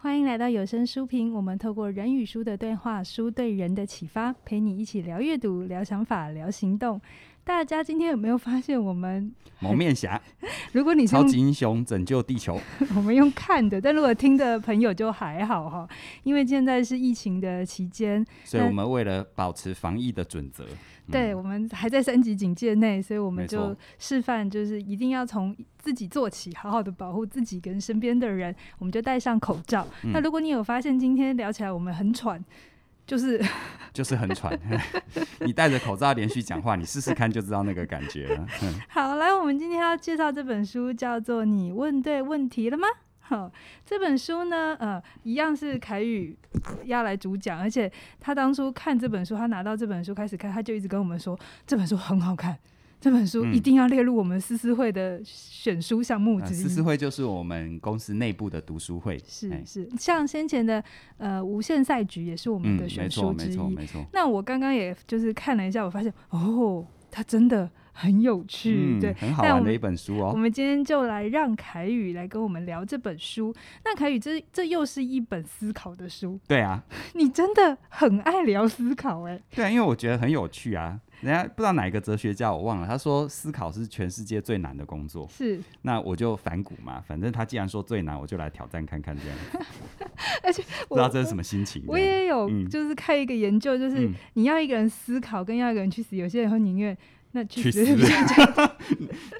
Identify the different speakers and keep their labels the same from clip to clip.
Speaker 1: 欢迎来到有声书评，我们透过人与书的对话，书对人的启发，陪你一起聊阅读、聊想法、聊行动。大家今天有没有发现，我们
Speaker 2: 蒙面侠、
Speaker 1: 如果你是
Speaker 2: 超
Speaker 1: 用
Speaker 2: 级英雄拯救地球，
Speaker 1: 我们用看的，但如果听的朋友就还好哈，因为现在是疫情的期间，
Speaker 2: 所以我们为了保持防疫的准则，嗯
Speaker 1: 对我们还在三级警戒内，所以我们
Speaker 2: 没
Speaker 1: 就
Speaker 2: 错
Speaker 1: 示范，就是一定要从自己做起，好好的保护自己跟身边的人，我们就戴上口罩。
Speaker 2: 嗯
Speaker 1: 那如果你有发现今天聊起来我们很喘，就是
Speaker 2: 就是很喘。 你戴着口罩连续讲话，你试试看就知道那个感觉 了。嗯
Speaker 1: 好，来，我们今天要介绍这本书叫做《你问对问题了吗》。 好，这本书呢，呃，一样是凯宇要来主讲，而且他当初看这本书，他拿到这本书开始看，他就一直跟我们说这本书很好看，这本书
Speaker 2: 嗯
Speaker 1: 一定要列入我们思思会的选书项目
Speaker 2: 呃
Speaker 1: 之一。
Speaker 2: 思思会就是我们公司内部的读书会，
Speaker 1: 是
Speaker 2: 哎
Speaker 1: 是，像先前的呃无限赛局也是我们
Speaker 2: 嗯，
Speaker 1: 的
Speaker 2: 没
Speaker 1: 选
Speaker 2: 错，
Speaker 1: 书
Speaker 2: 没
Speaker 1: 之一。
Speaker 2: 错，没错。
Speaker 1: 那我刚刚也就是看了一下，我发现哦，它真的很有趣，
Speaker 2: 嗯，
Speaker 1: 对，
Speaker 2: 很好
Speaker 1: 但我
Speaker 2: 玩的
Speaker 1: 们
Speaker 2: 一本书
Speaker 1: 我
Speaker 2: 哦。
Speaker 1: 们今天就来让凯宇来跟我们聊这本书。那凯宇这这又是一本思考的书，
Speaker 2: 对啊，
Speaker 1: 你真的很爱聊思考哎、
Speaker 2: 对啊，因为我觉得很有趣啊。人家不知道哪一个哲学家，我忘了，他说思考是全世界最难的工作。
Speaker 1: 是，
Speaker 2: 那我就反骨嘛，反正他既然说最难，我就来挑战看看 这样。不
Speaker 1: 我
Speaker 2: 知道这是什么心情。
Speaker 1: 我我也有
Speaker 2: 嗯
Speaker 1: 就是看一个研究，就是
Speaker 2: 嗯
Speaker 1: 你要一个人思考，跟要一个人去死，有些人会宁愿那去
Speaker 2: 去
Speaker 1: 死
Speaker 2: 死
Speaker 1: 比较。，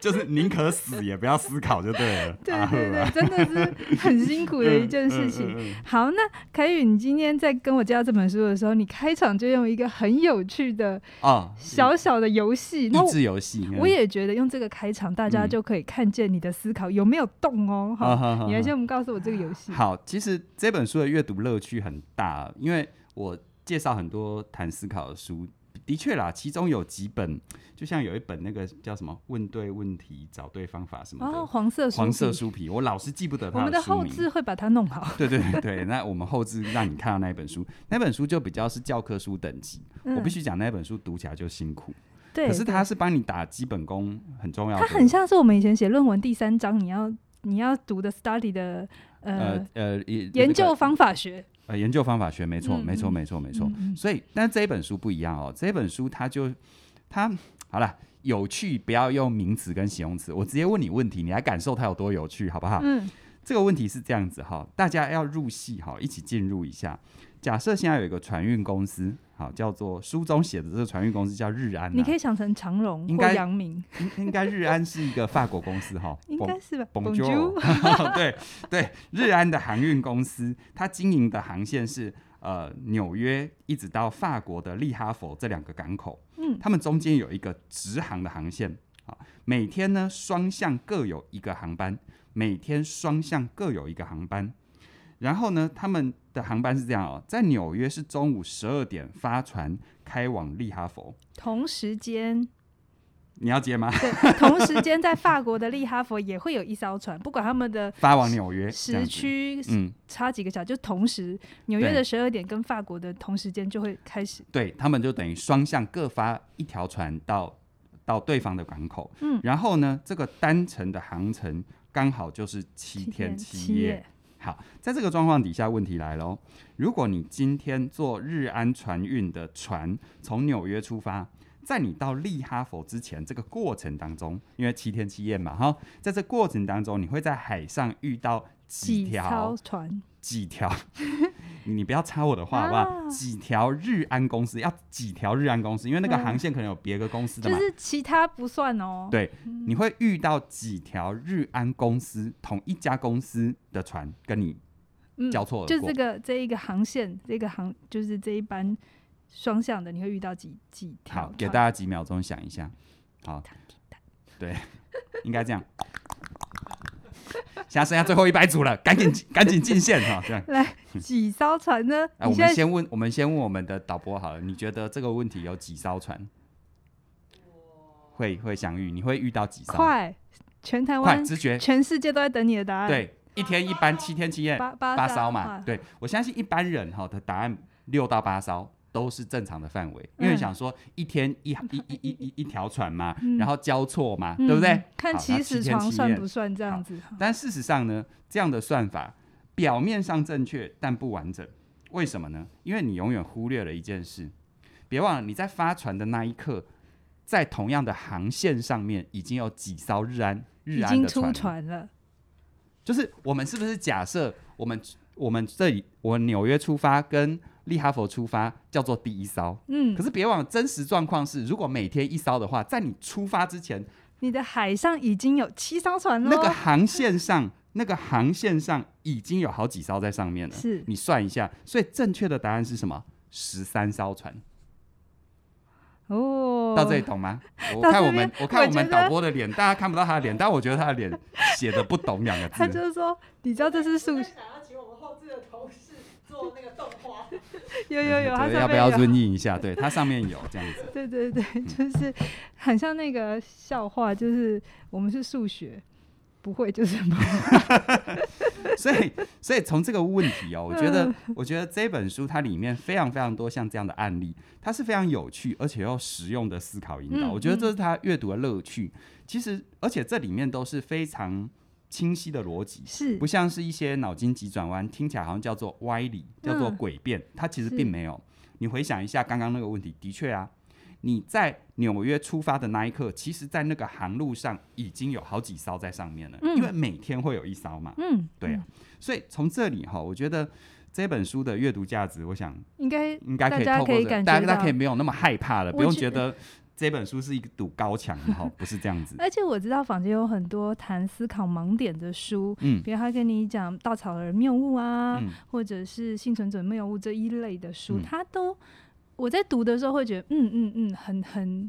Speaker 2: 就是宁可死也不要思考就对了。
Speaker 1: 对
Speaker 2: 啊
Speaker 1: 对
Speaker 2: 呵
Speaker 1: 对，
Speaker 2: 啊
Speaker 1: 真的是很辛苦的一件事情。
Speaker 2: 嗯嗯嗯嗯
Speaker 1: 好，那凯宇，你今天在跟我介绍这本书的时候，你开场就用一个很有趣的
Speaker 2: 哦，
Speaker 1: 小小的游戏，那我
Speaker 2: 益智游戏，
Speaker 1: 我也觉得用这个开场，大家
Speaker 2: 嗯啊
Speaker 1: 就可以看见你的思考有没有动哦。
Speaker 2: 好
Speaker 1: 哈，
Speaker 2: 好好
Speaker 1: 你来先告诉我这个游戏。
Speaker 2: 好。其实这本书的阅读乐趣很大，因为我介绍很多谈思考的书。的确啦，其中有几本，就像有一本那个叫什么“问对问题，找对方法”什么的、
Speaker 1: 哦，黄色书
Speaker 2: 黄色
Speaker 1: 皮，
Speaker 2: 书皮，我老是记不得
Speaker 1: 我
Speaker 2: 它
Speaker 1: 们的
Speaker 2: 书
Speaker 1: 后
Speaker 2: 名。
Speaker 1: 置会把它弄好。
Speaker 2: 对对对对，那我们后置让你看到那一本书，那本书就比较是教科书等级。 我
Speaker 1: 嗯
Speaker 2: 必，须讲，那本书读起来就辛苦，
Speaker 1: 对，
Speaker 2: 可是它是帮你打基本功，很重要
Speaker 1: 它
Speaker 2: 的。
Speaker 1: 很像是我们以前写论文第三章你要你要读的 study 的呃
Speaker 2: 呃呃也
Speaker 1: 研究
Speaker 2: 这个
Speaker 1: 方法学。
Speaker 2: 呃研究方法学，没错、
Speaker 1: 嗯
Speaker 2: 没错
Speaker 1: 嗯
Speaker 2: 没错没错。
Speaker 1: 嗯嗯
Speaker 2: 所以，但这一本书不一样哦，这本书它就它好了。有趣，不要用名词跟形容词，我直接问你问题，你来感受它有多有趣，好不好？
Speaker 1: 嗯，
Speaker 2: 这个问题是这样子哈，大家要入戏哈，一起进入一下。假设现在有一个船运公司，好叫做书中写的这个船运公司叫日安啊、
Speaker 1: 你可以想成长荣
Speaker 2: 应
Speaker 1: 或
Speaker 2: 该
Speaker 1: 阳明，
Speaker 2: 应应该日安是一个法国公司哈，
Speaker 1: 应该是吧
Speaker 2: Bonjour，
Speaker 1: Bonjour
Speaker 2: 对对，日安的航运公司，它经营的航线是呃纽约一直到法国的利哈佛这两个港口，
Speaker 1: 嗯
Speaker 2: 他们中间有一个直航的航线啊，每天呢双向各有一个航班，每天双向各有一个航班。然后呢，他们的航班是这样哦，在纽约是中午十二点发船开往利哈佛，
Speaker 1: 同时间，
Speaker 2: 你要接吗？
Speaker 1: 对，同时间在法国的利哈佛也会有一艘船，不管他们的
Speaker 2: 发往纽约，这样
Speaker 1: 时
Speaker 2: 子
Speaker 1: 区
Speaker 2: 嗯，
Speaker 1: 差几个小时，就同时纽约
Speaker 2: 对
Speaker 1: 的十二点跟法国的同时间就会开始。
Speaker 2: 对他们就等于双向各发一条船到到对方的港口，
Speaker 1: 嗯，
Speaker 2: 然后呢，这个单程的航程刚好就是
Speaker 1: 七
Speaker 2: 七天
Speaker 1: 七
Speaker 2: 夜。，好，在这个状况底下，问题来喽。如果你今天坐日安船运的船从纽约出发，在你到利哈佛之前，这个过程当中，因为七天七夜嘛，哈，在这过程当中，你会在海上遇到几
Speaker 1: 几
Speaker 2: 条
Speaker 1: 艘船？
Speaker 2: 几条， 你你不要插我的话好不
Speaker 1: 啊
Speaker 2: 好？几条日安公司要几条日安公司，因为那个
Speaker 1: 嗯
Speaker 2: 航线可能有别个公司的
Speaker 1: 就
Speaker 2: 嘛。
Speaker 1: 是其他不算哦。
Speaker 2: 对，你会遇到几条日安公司同一家公司的船跟你
Speaker 1: 嗯
Speaker 2: 交错而过，
Speaker 1: 就是这个这一个航线，这个航就是这一班双向的，你会遇到几几条
Speaker 2: 好
Speaker 1: 船？，
Speaker 2: 给大家几秒钟想一下，好，对，应该这样。 现在剩下最后一百组了，赶紧赶紧进线哈、这样。
Speaker 1: 几艘船呢？
Speaker 2: 哎、我
Speaker 1: 你现
Speaker 2: 们
Speaker 1: 在
Speaker 2: 先问，我们先问我们的导播好了。你觉得这个问题有几艘船？会会相遇？你会遇到几艘？
Speaker 1: 快，全台
Speaker 2: 快
Speaker 1: 湾、
Speaker 2: 直觉。
Speaker 1: 全世界都在等你的答案。，
Speaker 2: 对，一天一班，七天七夜，
Speaker 1: 八八
Speaker 2: 八
Speaker 1: 艘
Speaker 2: 艘
Speaker 1: 啊
Speaker 2: 嘛。对，我相信一般人哈的答案六到八艘都是正常的范围，因为
Speaker 1: 嗯
Speaker 2: 想说一天一一一一一一条船嘛，
Speaker 1: 嗯
Speaker 2: 然后交错嘛，
Speaker 1: 嗯
Speaker 2: 对不对？
Speaker 1: 看
Speaker 2: 好
Speaker 1: 起
Speaker 2: 那
Speaker 1: 始
Speaker 2: 七天
Speaker 1: 床
Speaker 2: 七
Speaker 1: 算
Speaker 2: 夜
Speaker 1: 不算这样子？
Speaker 2: 但事实上呢，这样的算法表面上正确但不完整。为什么呢？因为你永远忽略了一件事，别忘了你在发传的那一刻，在同样的航线上面已经有几艘日安日
Speaker 1: 已
Speaker 2: 安
Speaker 1: 经
Speaker 2: 的
Speaker 1: 出
Speaker 2: 船了，
Speaker 1: 船了，
Speaker 2: 就是我们是不是假设我们我们这里我纽约出发跟利哈佛出发叫做第一艘？
Speaker 1: 嗯
Speaker 2: 可，是别忘了，真实状况是，如果每天一艘的话，在你出发之前，
Speaker 1: 你的海上已经有七艘船喽，
Speaker 2: 那个航线上，那个航线上已经有好几艘在上面了。
Speaker 1: 是
Speaker 2: 你算一下，所以正确的答案是什么？十三艘船。
Speaker 1: 哦，
Speaker 2: 到这里 懂吗？我
Speaker 1: 到
Speaker 2: 看
Speaker 1: 这
Speaker 2: 我们
Speaker 1: 边，
Speaker 2: 我看我
Speaker 1: 我觉
Speaker 2: 们
Speaker 1: 得
Speaker 2: 导播的脸，大家看不到他的脸，但我觉得他的脸写的不懂两个
Speaker 1: 他
Speaker 2: 字。
Speaker 1: 就是说，你知道这是 数
Speaker 3: 我
Speaker 1: 学，
Speaker 3: 在想要请我们后置的同事做那个动画，
Speaker 1: 有有有，他
Speaker 2: 对
Speaker 1: 上
Speaker 2: 要不
Speaker 1: 面
Speaker 2: 要
Speaker 1: 有。
Speaker 2: 润应一下？对，它上面有这样子。
Speaker 1: 对对 对，就是很像那个笑话，就是我们是数学不会就是什么，
Speaker 2: 所以，所以从这个问 题哦，我觉
Speaker 1: 嗯
Speaker 2: 得，我觉得这本书它里面非常非常多像这样的案例，它是非常有趣而且又实用的思考引
Speaker 1: 嗯
Speaker 2: 导。我觉得这是它阅读的乐趣。其实，而且这里面都是非常清晰的逻辑，
Speaker 1: 是
Speaker 2: 不像是一些脑筋急转弯，听起来好像叫做歪理，叫做
Speaker 1: 嗯
Speaker 2: 诡辩，它其实
Speaker 1: 是
Speaker 2: 并没有。你回想一下刚刚那个问题，的确啊，你在纽约出发的那一刻，其实，在那个航路上已经有好几艘在上面了，
Speaker 1: 嗯
Speaker 2: 因为每天会有一艘嘛。
Speaker 1: 嗯，
Speaker 2: 对啊，所以从这里哈，我觉得这本书的阅读价值，我想
Speaker 1: 应该
Speaker 2: 应该可以
Speaker 1: 大家
Speaker 2: 透过
Speaker 1: 可以
Speaker 2: 这个
Speaker 1: 感
Speaker 2: 大
Speaker 1: 觉
Speaker 2: 家大家
Speaker 1: 到
Speaker 2: 可以没有那么害怕了，
Speaker 1: 我
Speaker 2: 不用
Speaker 1: 觉
Speaker 2: 觉得这本书是一堵高墙的 哈，不是这样子。
Speaker 1: 而且我知道坊间有很多谈思考盲点的书，
Speaker 2: 嗯
Speaker 1: 比如他跟你讲《稻草人谬误》啊，
Speaker 2: 嗯，
Speaker 1: 或者是《幸存者谬误》这一类的书，
Speaker 2: 嗯
Speaker 1: 他都我在读的时候会觉得，嗯嗯嗯，很很。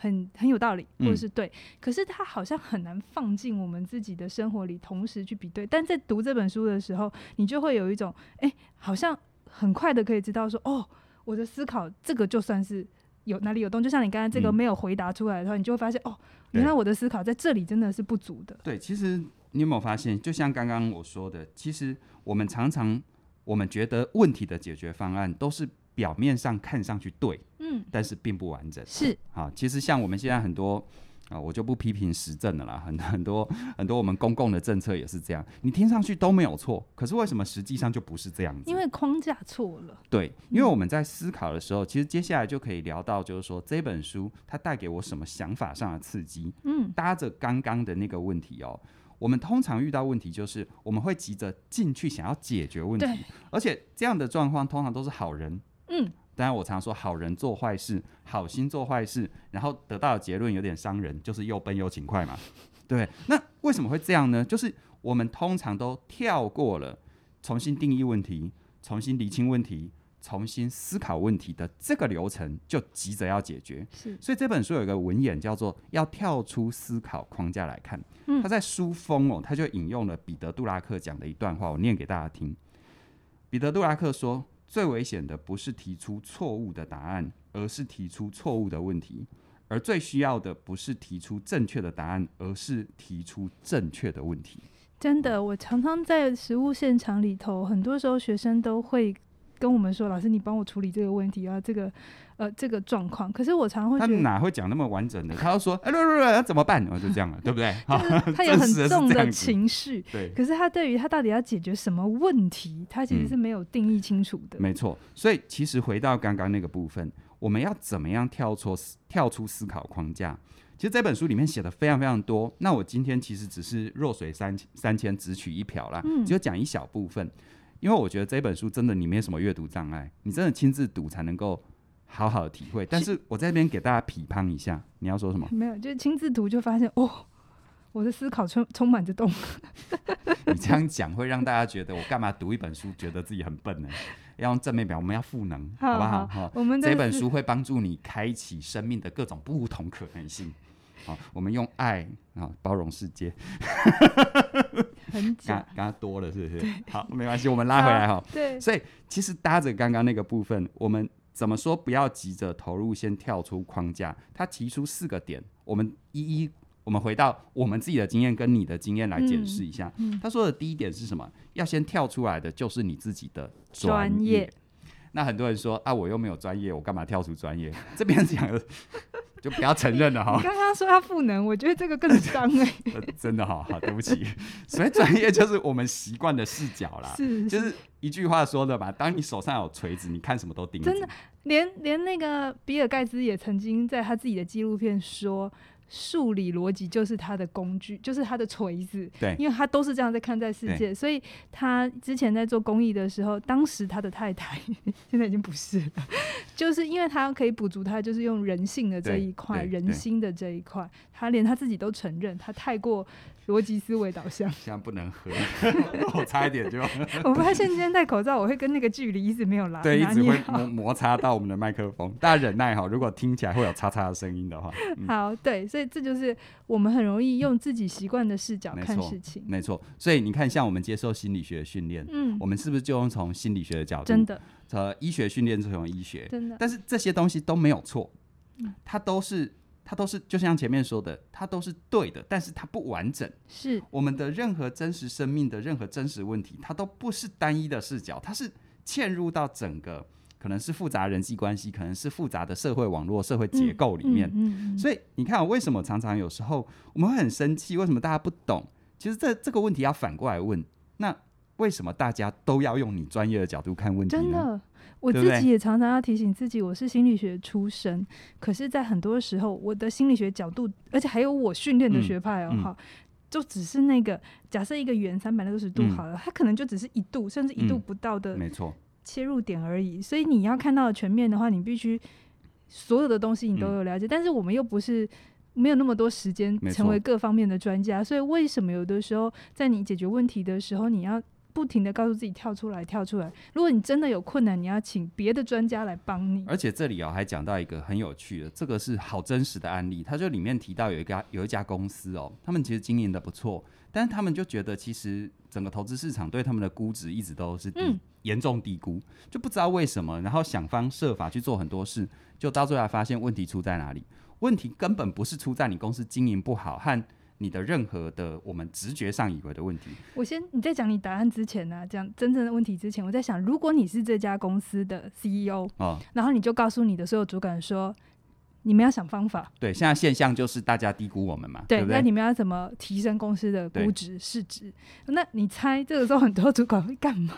Speaker 1: 很很有道理，或者
Speaker 2: 嗯
Speaker 1: 是对，可是他好像很难放进我们自己的生活里，同时去比对。但在读这本书的时候，你就会有一种，哎、好像很快的可以知道说，哦，我的思考这个就算是有哪里有洞。就像你刚才这个
Speaker 2: 嗯
Speaker 1: 没有回答出来的话，你就会发现，哦，
Speaker 2: 对
Speaker 1: 原来我的思考在这里真的是不足的。
Speaker 2: 对，其实你有没有发现，就像刚刚我说的，其实我们常常我们觉得问题的解决方案都是表面上看上去对，
Speaker 1: 嗯，
Speaker 2: 但是并不完整。
Speaker 1: 是
Speaker 2: 好，其实像我们现在很多啊、我就不批评时政了啦，很很多很多我们公共的政策也是这样，你听上去都没有错，可是为什么实际上就不是这样子？
Speaker 1: 因为嗯框架错了。
Speaker 2: 对，因为我们在思考的时候，其实接下来就可以聊到，就是说这本书它带给我什么想法上的刺激。
Speaker 1: 嗯，
Speaker 2: 搭着刚刚的那个问题哦，我们通常遇到问题就是我们会急着进去想要解决问
Speaker 1: 对
Speaker 2: 题，而且这样的状况通常都是好人。
Speaker 1: 嗯，
Speaker 2: 当然我常说好人做坏事，好心做坏事，然后得到的结论有点伤人，就是又笨又勤快嘛。对，那为什么会这样呢？就是我们通常都跳过了重新定义问题、重新厘清问题、重新思考问题的这个流程，就急着要解决。
Speaker 1: 是
Speaker 2: 所以这本书有一个文眼叫做“要跳出思考框架来看”
Speaker 1: 嗯。
Speaker 2: 他在书封哦，他就引用了彼得·杜拉克讲的一段话，我念给大家听。彼得·杜拉克说：“最危险的不是提出错误的答案，而是提出错误的问题；而最需要的不是提出正确的答案，而是提出正确的问题。
Speaker 1: 真的，我常常在实物现场里头，很多时候学生都会跟我们说：“老师，你帮我处理这个问题啊，这个呃这个状况。”可是我常常”会
Speaker 2: 他
Speaker 1: 觉得，
Speaker 2: 哪会讲那么完整的？他就说：“哎，对对对，那怎么办？”我就这样了，对 不对？好，
Speaker 1: 他有很
Speaker 2: 真实的是
Speaker 1: 重
Speaker 2: 这
Speaker 1: 的
Speaker 2: 样子
Speaker 1: 情绪，
Speaker 2: 对。
Speaker 1: 可是他对于他到底要解决什么问题，他其实是没有定义清楚的。
Speaker 2: 嗯没错，所以其实回到刚刚那个部分，我们要怎么样跳出思跳出思考框架？其实这本书里面写的非常非常多，那我今天其实只是弱水三三千，只取一瓢啦，
Speaker 1: 嗯
Speaker 2: 只有讲一小部分，因为我觉得这本书真的你没什么阅读障碍，你真的亲自读才能够好好的体会。但是我在这边给大家批判一下，你要说什么？
Speaker 1: 没有，就亲自读就发现哦，我的思考充充满着洞。
Speaker 2: 你这样讲会让大家觉得我干嘛读一本书，觉得自己很笨呢？ 要用正面表，我们要赋能，好不好？好
Speaker 1: 我们的
Speaker 2: 这本
Speaker 1: 思
Speaker 2: 书会帮助你开启生命的各种不同可能性。好，我们用爱啊包容世界，
Speaker 1: 很
Speaker 2: 刚
Speaker 1: 假，
Speaker 2: 刚刚多了是不是？好，没关系，我们拉回来哈。
Speaker 1: 对，
Speaker 2: 所以其实搭着刚刚那个部分，我们怎么说？不要急着投入，先跳出框架。他提出四个点，我们一一我们回到我们自己的经验跟你的经验来检视一下。
Speaker 1: 嗯嗯
Speaker 2: 他说的第一点是什么？要先跳出来的就是你自己的专
Speaker 1: 专业
Speaker 2: 那很多人说啊，我又没有专业，我干嘛跳出专业？这边讲的就不要承认了 哈
Speaker 1: 你。刚刚说要赋能，我觉得这个更 伤哎、
Speaker 2: 呃真的哈，好，对不起，所以专业就是我们习惯的视角啦，
Speaker 1: 是
Speaker 2: 就是一句话说的嘛，当你手上有锤子，你看什么都钉子。
Speaker 1: 真的连连那个比尔盖茨也曾经在他自己的纪录片说，数理逻辑就是他的工具，就是他的锤子。
Speaker 2: 对
Speaker 1: 因为他都是这样在看待世界，所以他之前在做公益的时候，当时他的太太 现在已经不是了，就是因为他可以补足他就是用人性的这
Speaker 2: 对
Speaker 1: 一块，
Speaker 2: 对
Speaker 1: 人
Speaker 2: 对
Speaker 1: 心的这一块，他连他自己都承认，他太过逻辑思维导向。
Speaker 2: 现在不能喝， 我差一点就
Speaker 1: 我发现今天戴口罩，我会跟那个距离一直没有拉
Speaker 2: 对，一
Speaker 1: 拿
Speaker 2: 直
Speaker 1: 捏
Speaker 2: 会
Speaker 1: 好。
Speaker 2: 摩摩擦到我们的麦克风，大家忍耐哈。如果听起来会有嚓嚓的声音的话，嗯，
Speaker 1: 好，对，所以这就是我们很容易用自己习惯的视角
Speaker 2: 没
Speaker 1: 看
Speaker 2: 错
Speaker 1: 事情。
Speaker 2: 没错。所以你看，像我们接受心理学的训练，
Speaker 1: 嗯
Speaker 2: 我，们是不是就用从心理学的角度？
Speaker 1: 真，的，
Speaker 2: 呃，医学训练是从医学，
Speaker 1: 真的，
Speaker 2: 但是这些东西都没有错
Speaker 1: 嗯，
Speaker 2: 它都是它都是，就像前面说的，它都是对的，但是它不完整。
Speaker 1: 是
Speaker 2: 我们的任何真实生命的任何真实问题，它都不是单一的视角，它是嵌入到整个可能是复杂人际关系，可能是复杂的社会网络、社会结构里面。
Speaker 1: 嗯嗯嗯
Speaker 2: 所以你看，为什么常常有时候我们会很生气？为什么大家不懂？其实这这个问题要反过来问，那为什么大家都要用你专业的角度看问题
Speaker 1: 真
Speaker 2: 呢？
Speaker 1: 的，我
Speaker 2: 对
Speaker 1: 自
Speaker 2: 不对
Speaker 1: 己也常常要提醒自己，我是心理学出身，可是，在很多时候，我的心理学角度，而且还有我训练的
Speaker 2: 嗯
Speaker 1: 学派哦，
Speaker 2: 嗯
Speaker 1: 哈、就只是那个假设一个圆三百六十度
Speaker 2: 嗯
Speaker 1: 好了，它可能就只是一度甚至一度
Speaker 2: 嗯
Speaker 1: 不到的
Speaker 2: 没错，
Speaker 1: 切入点而已。所以你要看到的全面的话，你必须所有的东西你都
Speaker 2: 嗯
Speaker 1: 有了解。但是我们又不是没有那么多时间
Speaker 2: 没错
Speaker 1: 成为各方面的专家，所以为什么有的时候在你解决问题的时候，你要不停的告诉自己跳出来，跳出来。如果你真的有困难，你要请别的专家来帮你。
Speaker 2: 而且这里哦还讲到一个很有趣的，这个是好真实的案例。它就里面提到有一家有一家公司哦，他们其实经营的不错，但是他们就觉得其实整个投资市场对他们的估值一直都是低、
Speaker 1: 嗯
Speaker 2: 严重低估，就不知道为什么，然后想方设法去做很多事，就到最后才发现问题出在哪里。问题根本不是出在你公司经营不好和你的任何的我们直觉上以为的问题，
Speaker 1: 我先你在讲你答案之前呢、啊讲真正的问题之前，我在想，如果你是这家公司的 CEO，
Speaker 2: 哦，
Speaker 1: 然后你就告诉你的所有主管说，你们要想方法，
Speaker 2: 对，现在现象就是大家低估我们嘛，
Speaker 1: 对，
Speaker 2: 不
Speaker 1: 那
Speaker 2: 对？
Speaker 1: 你们要怎么提升公司的估
Speaker 2: 对
Speaker 1: 值、市值？那你猜这个时候很多主管会干嘛？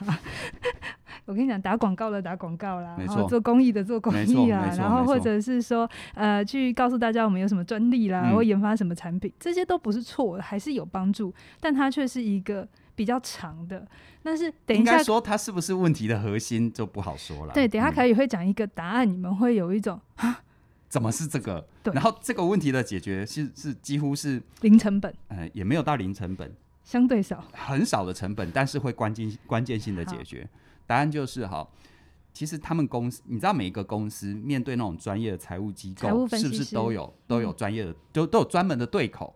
Speaker 1: 我跟你讲，打广告的打广告啦，
Speaker 2: 没
Speaker 1: 然后
Speaker 2: 错
Speaker 1: 做公益的做公
Speaker 2: 没错
Speaker 1: 益啦
Speaker 2: 没，错
Speaker 1: 然后
Speaker 2: 没
Speaker 1: 或
Speaker 2: 错
Speaker 1: 者是说，呃，去告诉大家我们有什么专利啦，
Speaker 2: 嗯
Speaker 1: 或研发什么产品，这些都不是错的，还是有帮助，但它却是一个比较长的。但是等
Speaker 2: 应
Speaker 1: 一下
Speaker 2: 该，说它是不是问题的核心就不好说了。
Speaker 1: 对，等一下
Speaker 2: 嗯
Speaker 1: 凯宇会讲一个答案，你们会有一种
Speaker 2: 怎么是这个？
Speaker 1: 对
Speaker 2: 然后这个问题的解决是是几乎是
Speaker 1: 零成本，
Speaker 2: 呃也没有到零成本，
Speaker 1: 相对少。
Speaker 2: 很少的成本，但是会关键关键性的解决。答案就是哈，其实他们公司，你知道每一个公司面对那种专业的财务机
Speaker 1: 财务
Speaker 2: 构，
Speaker 1: 分析
Speaker 2: 是
Speaker 1: 师嗯
Speaker 2: 不是都有都有专业的，都都有专门的对口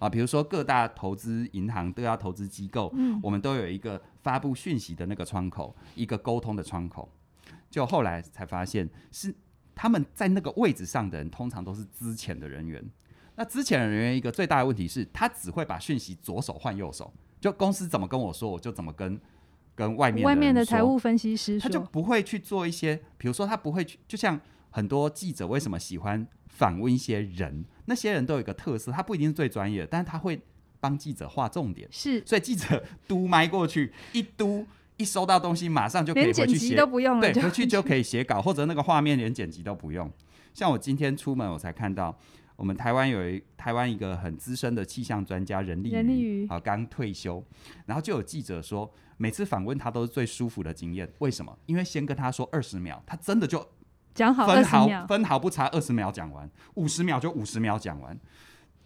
Speaker 2: 啊？比如说各大投资银行、各大投资机构，
Speaker 1: 嗯
Speaker 2: 我们都有一个发布讯息的那个窗口，一个沟通的窗口。就后来才发现，是他们在那个位置上的人，通常都是资遣的人员。那资遣的人员一个最大的问题是，他只会把讯息左手换右手，就公司怎么跟我说，我就怎么跟跟外面
Speaker 1: 外面
Speaker 2: 人
Speaker 1: 的财
Speaker 2: 说
Speaker 1: 务分析师
Speaker 2: 他就
Speaker 1: 说，
Speaker 2: 不会去做一些，比如说他不会去，就像很多记者为什么喜欢访问一些人，那些人都有一个特色，他不一定是最专业的，但是他会帮记者画重点，
Speaker 1: 是
Speaker 2: 所以记者 嘟麦过去一嘟，一收到东西马上就可以
Speaker 1: 连
Speaker 2: 回
Speaker 1: 剪
Speaker 2: 去
Speaker 1: 辑
Speaker 2: 写，
Speaker 1: 都不用了，
Speaker 2: 对，
Speaker 1: 就
Speaker 2: 回去就可以写稿，或者那个画面连剪辑都不用。像我今天出门，我才看到我们台湾有一台湾一个很资深的气象专家任立
Speaker 1: 任立瑜
Speaker 2: 啊，刚退休，然后就有记者说，每次访问他都是最舒服的经验。为什么？因为先跟他说二十秒，他真的就
Speaker 1: 讲好二
Speaker 2: 分
Speaker 1: 十秒
Speaker 2: 毫。分毫不差，二十秒讲完，五十秒就五十秒讲完。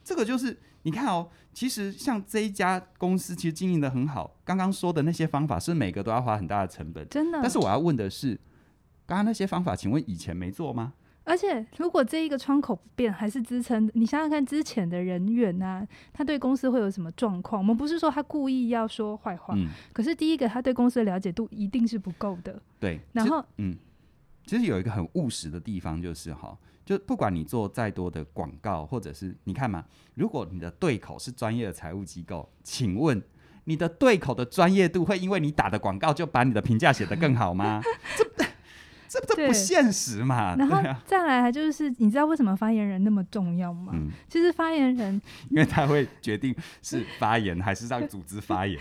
Speaker 2: 这个就是你看哦，其实像这一家公司，其实经营的很好。刚刚说的那些方法，是每个都要花很大的成本，
Speaker 1: 真的。
Speaker 2: 但是我要问的是，刚刚那些方法，请问以前没做吗？
Speaker 1: 而且如果这一个窗口不变，还是支撑，你想想看，之前的人员啊，他对公司会有什么状况？我们不是说他故意要说坏话，
Speaker 2: 嗯，
Speaker 1: 可是第一个，他对公司的了解度一定是不够的。
Speaker 2: 对。
Speaker 1: 然
Speaker 2: 其实
Speaker 1: 后，
Speaker 2: 嗯，其实有一个很务实的地方就是哈，就不管你做再多的广告，或者是你看嘛，如果你的对口是专业的财务机构，请问。你 的对口的专业度会因为你打的广告就把你的评价写得更好吗？这这
Speaker 1: 对
Speaker 2: 不现实嘛？
Speaker 1: 然后
Speaker 2: 对啊，
Speaker 1: 再来就是，你知道为什么发言人那么重要吗？
Speaker 2: 嗯，
Speaker 1: 其实发言人
Speaker 2: 因为他会决定是发言还是让组织发言。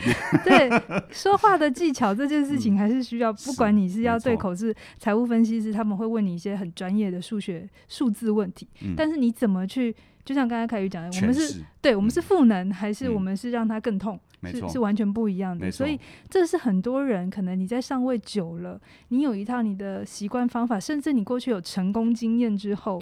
Speaker 1: 对说话的技巧这件事情还是需要，不
Speaker 2: 嗯是
Speaker 1: 管你是要
Speaker 2: 没
Speaker 1: 对
Speaker 2: 错
Speaker 1: 口是财务分析师，他们会问你一些很专业的数学数字问题，
Speaker 2: 嗯
Speaker 1: 但是你怎么去？就像刚才凯宇讲的， 我
Speaker 2: 诠
Speaker 1: 们是
Speaker 2: 释
Speaker 1: 对我们是赋能，还是
Speaker 2: 嗯
Speaker 1: 我们是让它更痛？
Speaker 2: 没
Speaker 1: 是
Speaker 2: 错
Speaker 1: 是完全不一样的。
Speaker 2: 没
Speaker 1: 所
Speaker 2: 错
Speaker 1: 以这是很多人可能你在上位久了，你有一套你的习惯方法，甚至你过去有成功经验之后，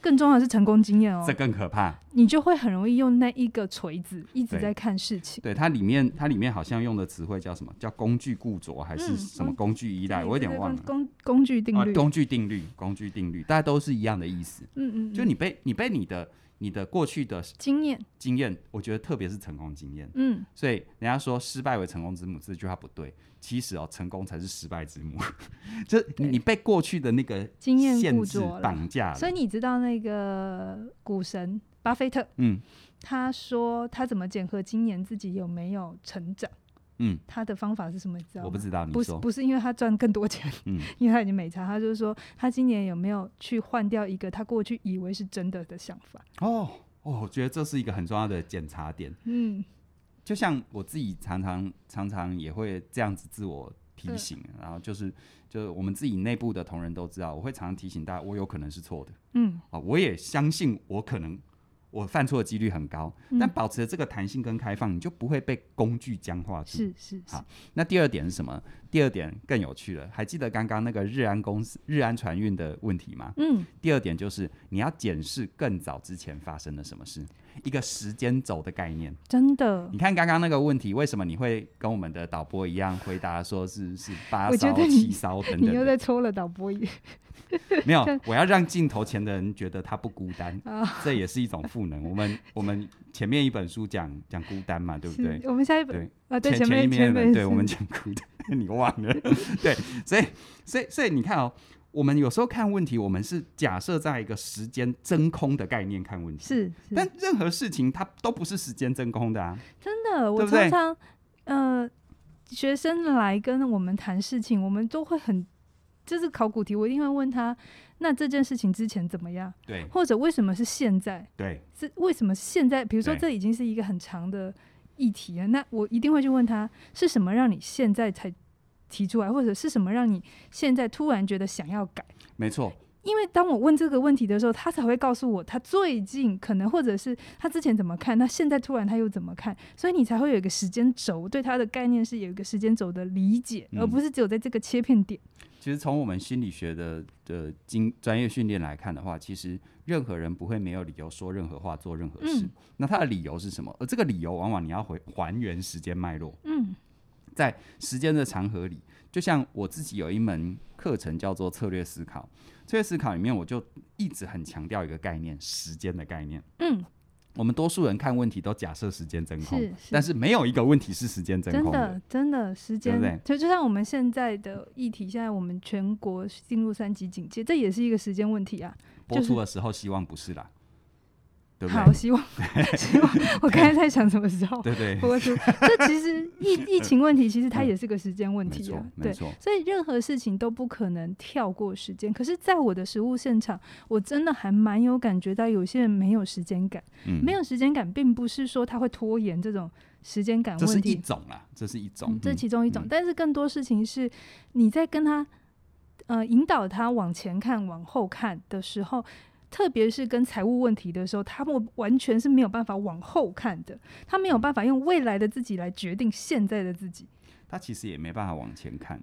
Speaker 1: 更重要的是成功经验哦
Speaker 2: 这，更可怕。
Speaker 1: 你就会很容易用那一个锤子一直
Speaker 2: 对
Speaker 1: 在看事情。
Speaker 2: 对它里面，它里面好像用的词汇叫什么？叫工具固着还是
Speaker 1: 嗯
Speaker 2: 什么工具依赖？
Speaker 1: 对
Speaker 2: 我有
Speaker 1: 对
Speaker 2: 点
Speaker 1: 对
Speaker 2: 忘
Speaker 1: 工
Speaker 2: 了。
Speaker 1: 工工具定
Speaker 2: 啊
Speaker 1: 律，，
Speaker 2: 工具定律，工具定律，大家都是一样的意思。
Speaker 1: 嗯嗯，
Speaker 2: 就
Speaker 1: 嗯
Speaker 2: 你被你被你的你的过去的
Speaker 1: 经验，
Speaker 2: 经验，我觉得特别是成功经验，
Speaker 1: 嗯，
Speaker 2: 所以人家说失败为成功之母这句话不对。其实哦，成功才是失败之母， 就是你
Speaker 1: 对
Speaker 2: 你被过去的那个
Speaker 1: 经验
Speaker 2: 限
Speaker 1: 固
Speaker 2: 制
Speaker 1: 着了。
Speaker 2: 绑架
Speaker 1: 所
Speaker 2: 了。
Speaker 1: 以你知道那个股神巴菲特，
Speaker 2: 嗯
Speaker 1: 他说他怎么检核今年自己有没有成长？
Speaker 2: 嗯，
Speaker 1: 他的方法是什么？你知道吗？
Speaker 2: 我不知道你
Speaker 1: 啊不是
Speaker 2: 说，
Speaker 1: 不是因为他赚更多钱，
Speaker 2: 嗯
Speaker 1: 因为他已经没差。他就是说，他今年有没有去换掉一个他过去以为是真的的想法？
Speaker 2: 哦哦，我觉得这是一个很重要的检查点。
Speaker 1: 嗯，
Speaker 2: 就像我自己常常常常也会这样子自我提醒，然后就是就是我们自己内部的同仁都知道，我会常常提醒大家，我有可能是错的
Speaker 1: 嗯，
Speaker 2: 啊，我也相信我可能我犯错的几率很高，
Speaker 1: 嗯
Speaker 2: 但保持着这个弹性跟开放，你就不会被工具僵化住。
Speaker 1: 是是是
Speaker 2: 好，那第二点是什么？第二点更有趣了，还记得刚刚那个日安公司日安船运的问题吗？
Speaker 1: 嗯，
Speaker 2: 第二点就是你要检视更早之前发生了什么事，一个时间轴的概念。
Speaker 1: 真的
Speaker 2: 你。看刚刚那个问题，为什么你会跟我们的导播一样回答说是是八
Speaker 1: 我觉
Speaker 2: 烧
Speaker 1: 得、你
Speaker 2: 七烧等
Speaker 1: 你
Speaker 2: 等
Speaker 1: 又
Speaker 2: 的？
Speaker 1: 在戳了导播一
Speaker 2: 没有，我要让镜头前的人觉得他不孤单，
Speaker 1: 啊！
Speaker 2: 这也是一种赋能。我们我们前面一本书讲讲孤单嘛，对不对？
Speaker 1: 是我们下一
Speaker 2: 对
Speaker 1: 本啊，对
Speaker 2: 前
Speaker 1: 面
Speaker 2: 一面一本，
Speaker 1: 面
Speaker 2: 对
Speaker 1: 是
Speaker 2: 我们讲孤单， 你忘了？对，所以所以所以你看哦，我们有时候看问题，我们是假设在一个时间真空的概念看问题，
Speaker 1: 是是
Speaker 2: 但任何事情它都不是时间真空的啊。
Speaker 1: 真的，我
Speaker 2: 对不
Speaker 1: 常
Speaker 2: 对
Speaker 1: 常呃，学生来跟我们谈事情，我们都会很，就是考古题，我一定会问他，那这件事情之前怎么样，
Speaker 2: 对
Speaker 1: 或者为什么是现在，
Speaker 2: 对，
Speaker 1: 是为什么现在？比如说，
Speaker 2: 对
Speaker 1: 这已经是一个很长的议题了，那我一定会去问他，是什么让你现在才提出来，或者是什么让你现在突然觉得想要改？
Speaker 2: 没错。
Speaker 1: 因为当我问这个问题的时候，他才会告诉我他最近可能或者是他之前怎么看，那现在突然他又怎么看，所以你才会有一个时间轴，对他的概念是有一个时间轴的理解，
Speaker 2: 嗯
Speaker 1: 而不是只有在这个切片点。
Speaker 2: 其实从我们心理学的的经专业训练来看的话，其实任何人不会没有理由说任何话、做任何事。
Speaker 1: 嗯
Speaker 2: 那他的理由是什么？而这个理由往往你要回还原时间脉络，
Speaker 1: 嗯
Speaker 2: 在时间的长河里，就像我自己有一门课程叫做策略思考。策略思考里面，我就一直很强调一个概念——时间的概念。
Speaker 1: 嗯，
Speaker 2: 我们多数人看问题都假设时间真空，
Speaker 1: 是是
Speaker 2: 但是没有一个问题是时间真
Speaker 1: 真
Speaker 2: 空
Speaker 1: 的真的时
Speaker 2: 对
Speaker 1: 间
Speaker 2: 不对
Speaker 1: 就就像我们现在的议题，现在我们全国进入三级警戒，这也是一个时间问题啊。
Speaker 2: 播
Speaker 1: 就是
Speaker 2: 出的时候，希望不是啦，对不
Speaker 1: 好，
Speaker 2: 对？
Speaker 1: 希 望希望我刚才在想什么时候。
Speaker 2: 对对，
Speaker 1: 播出，这其 实疫疫情问题，其实它也是个时间问
Speaker 2: 没
Speaker 1: 题
Speaker 2: 错
Speaker 1: 啊，。对
Speaker 2: 没，错。
Speaker 1: 所以任何事情都不可能跳过时间。可是，在我的实物现场，我真的还蛮有感觉到，有些人没有时间感。
Speaker 2: 嗯
Speaker 1: 没有时间感，并不是说他会拖延这种时间感
Speaker 2: 这是
Speaker 1: 问
Speaker 2: 一
Speaker 1: 题，
Speaker 2: 种啦，这是一种
Speaker 1: 嗯，这
Speaker 2: 嗯
Speaker 1: 其中一种。
Speaker 2: 嗯
Speaker 1: 但是更多事情是你在跟他呃引导他往前看、往后看的时候。特别是跟财务问题的时候，他们完全是没有办法往后看的，他
Speaker 2: 嗯
Speaker 1: 没有办法用未来的自己来决定现在的自己。
Speaker 2: 他其实也没办法往前看，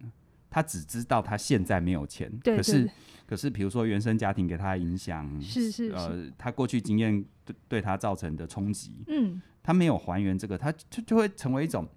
Speaker 2: 他只知道他现在没有钱，
Speaker 1: 对对
Speaker 2: 可是
Speaker 1: 对，
Speaker 2: 可是比如说原生家庭给他的影响，
Speaker 1: 是是是，
Speaker 2: 呃，他过去经验对对他造成的冲击，
Speaker 1: 嗯，
Speaker 2: 他没有还原这个，他就就会成为一种，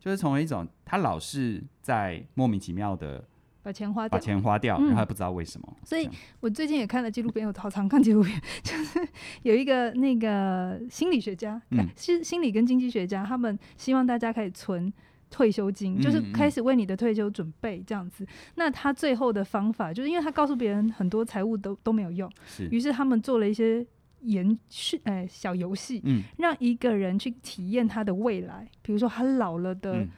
Speaker 2: 就是成为一种，他老是在莫名其妙的
Speaker 1: 把钱花
Speaker 2: 把
Speaker 1: 掉。
Speaker 2: 钱花掉，
Speaker 1: 嗯
Speaker 2: 然后他不知道为什么，
Speaker 1: 所以
Speaker 2: 这样
Speaker 1: 我最近也看了纪录片，我好常看纪录片， 就是有一个那个心理学家，
Speaker 2: 嗯
Speaker 1: 呃是、心理跟经济学家，他们希望大家可以存退休金，
Speaker 2: 嗯
Speaker 1: 就是
Speaker 2: 嗯
Speaker 1: 开始为你的退休准备这样子。那他最后的方法，就是因为他告诉别人很多财务都都没有用，
Speaker 2: 是，
Speaker 1: 于是他们做了一些延续，呃，小游戏，
Speaker 2: 嗯
Speaker 1: 让一个人去体验他的未来，比如说他老了的
Speaker 2: 嗯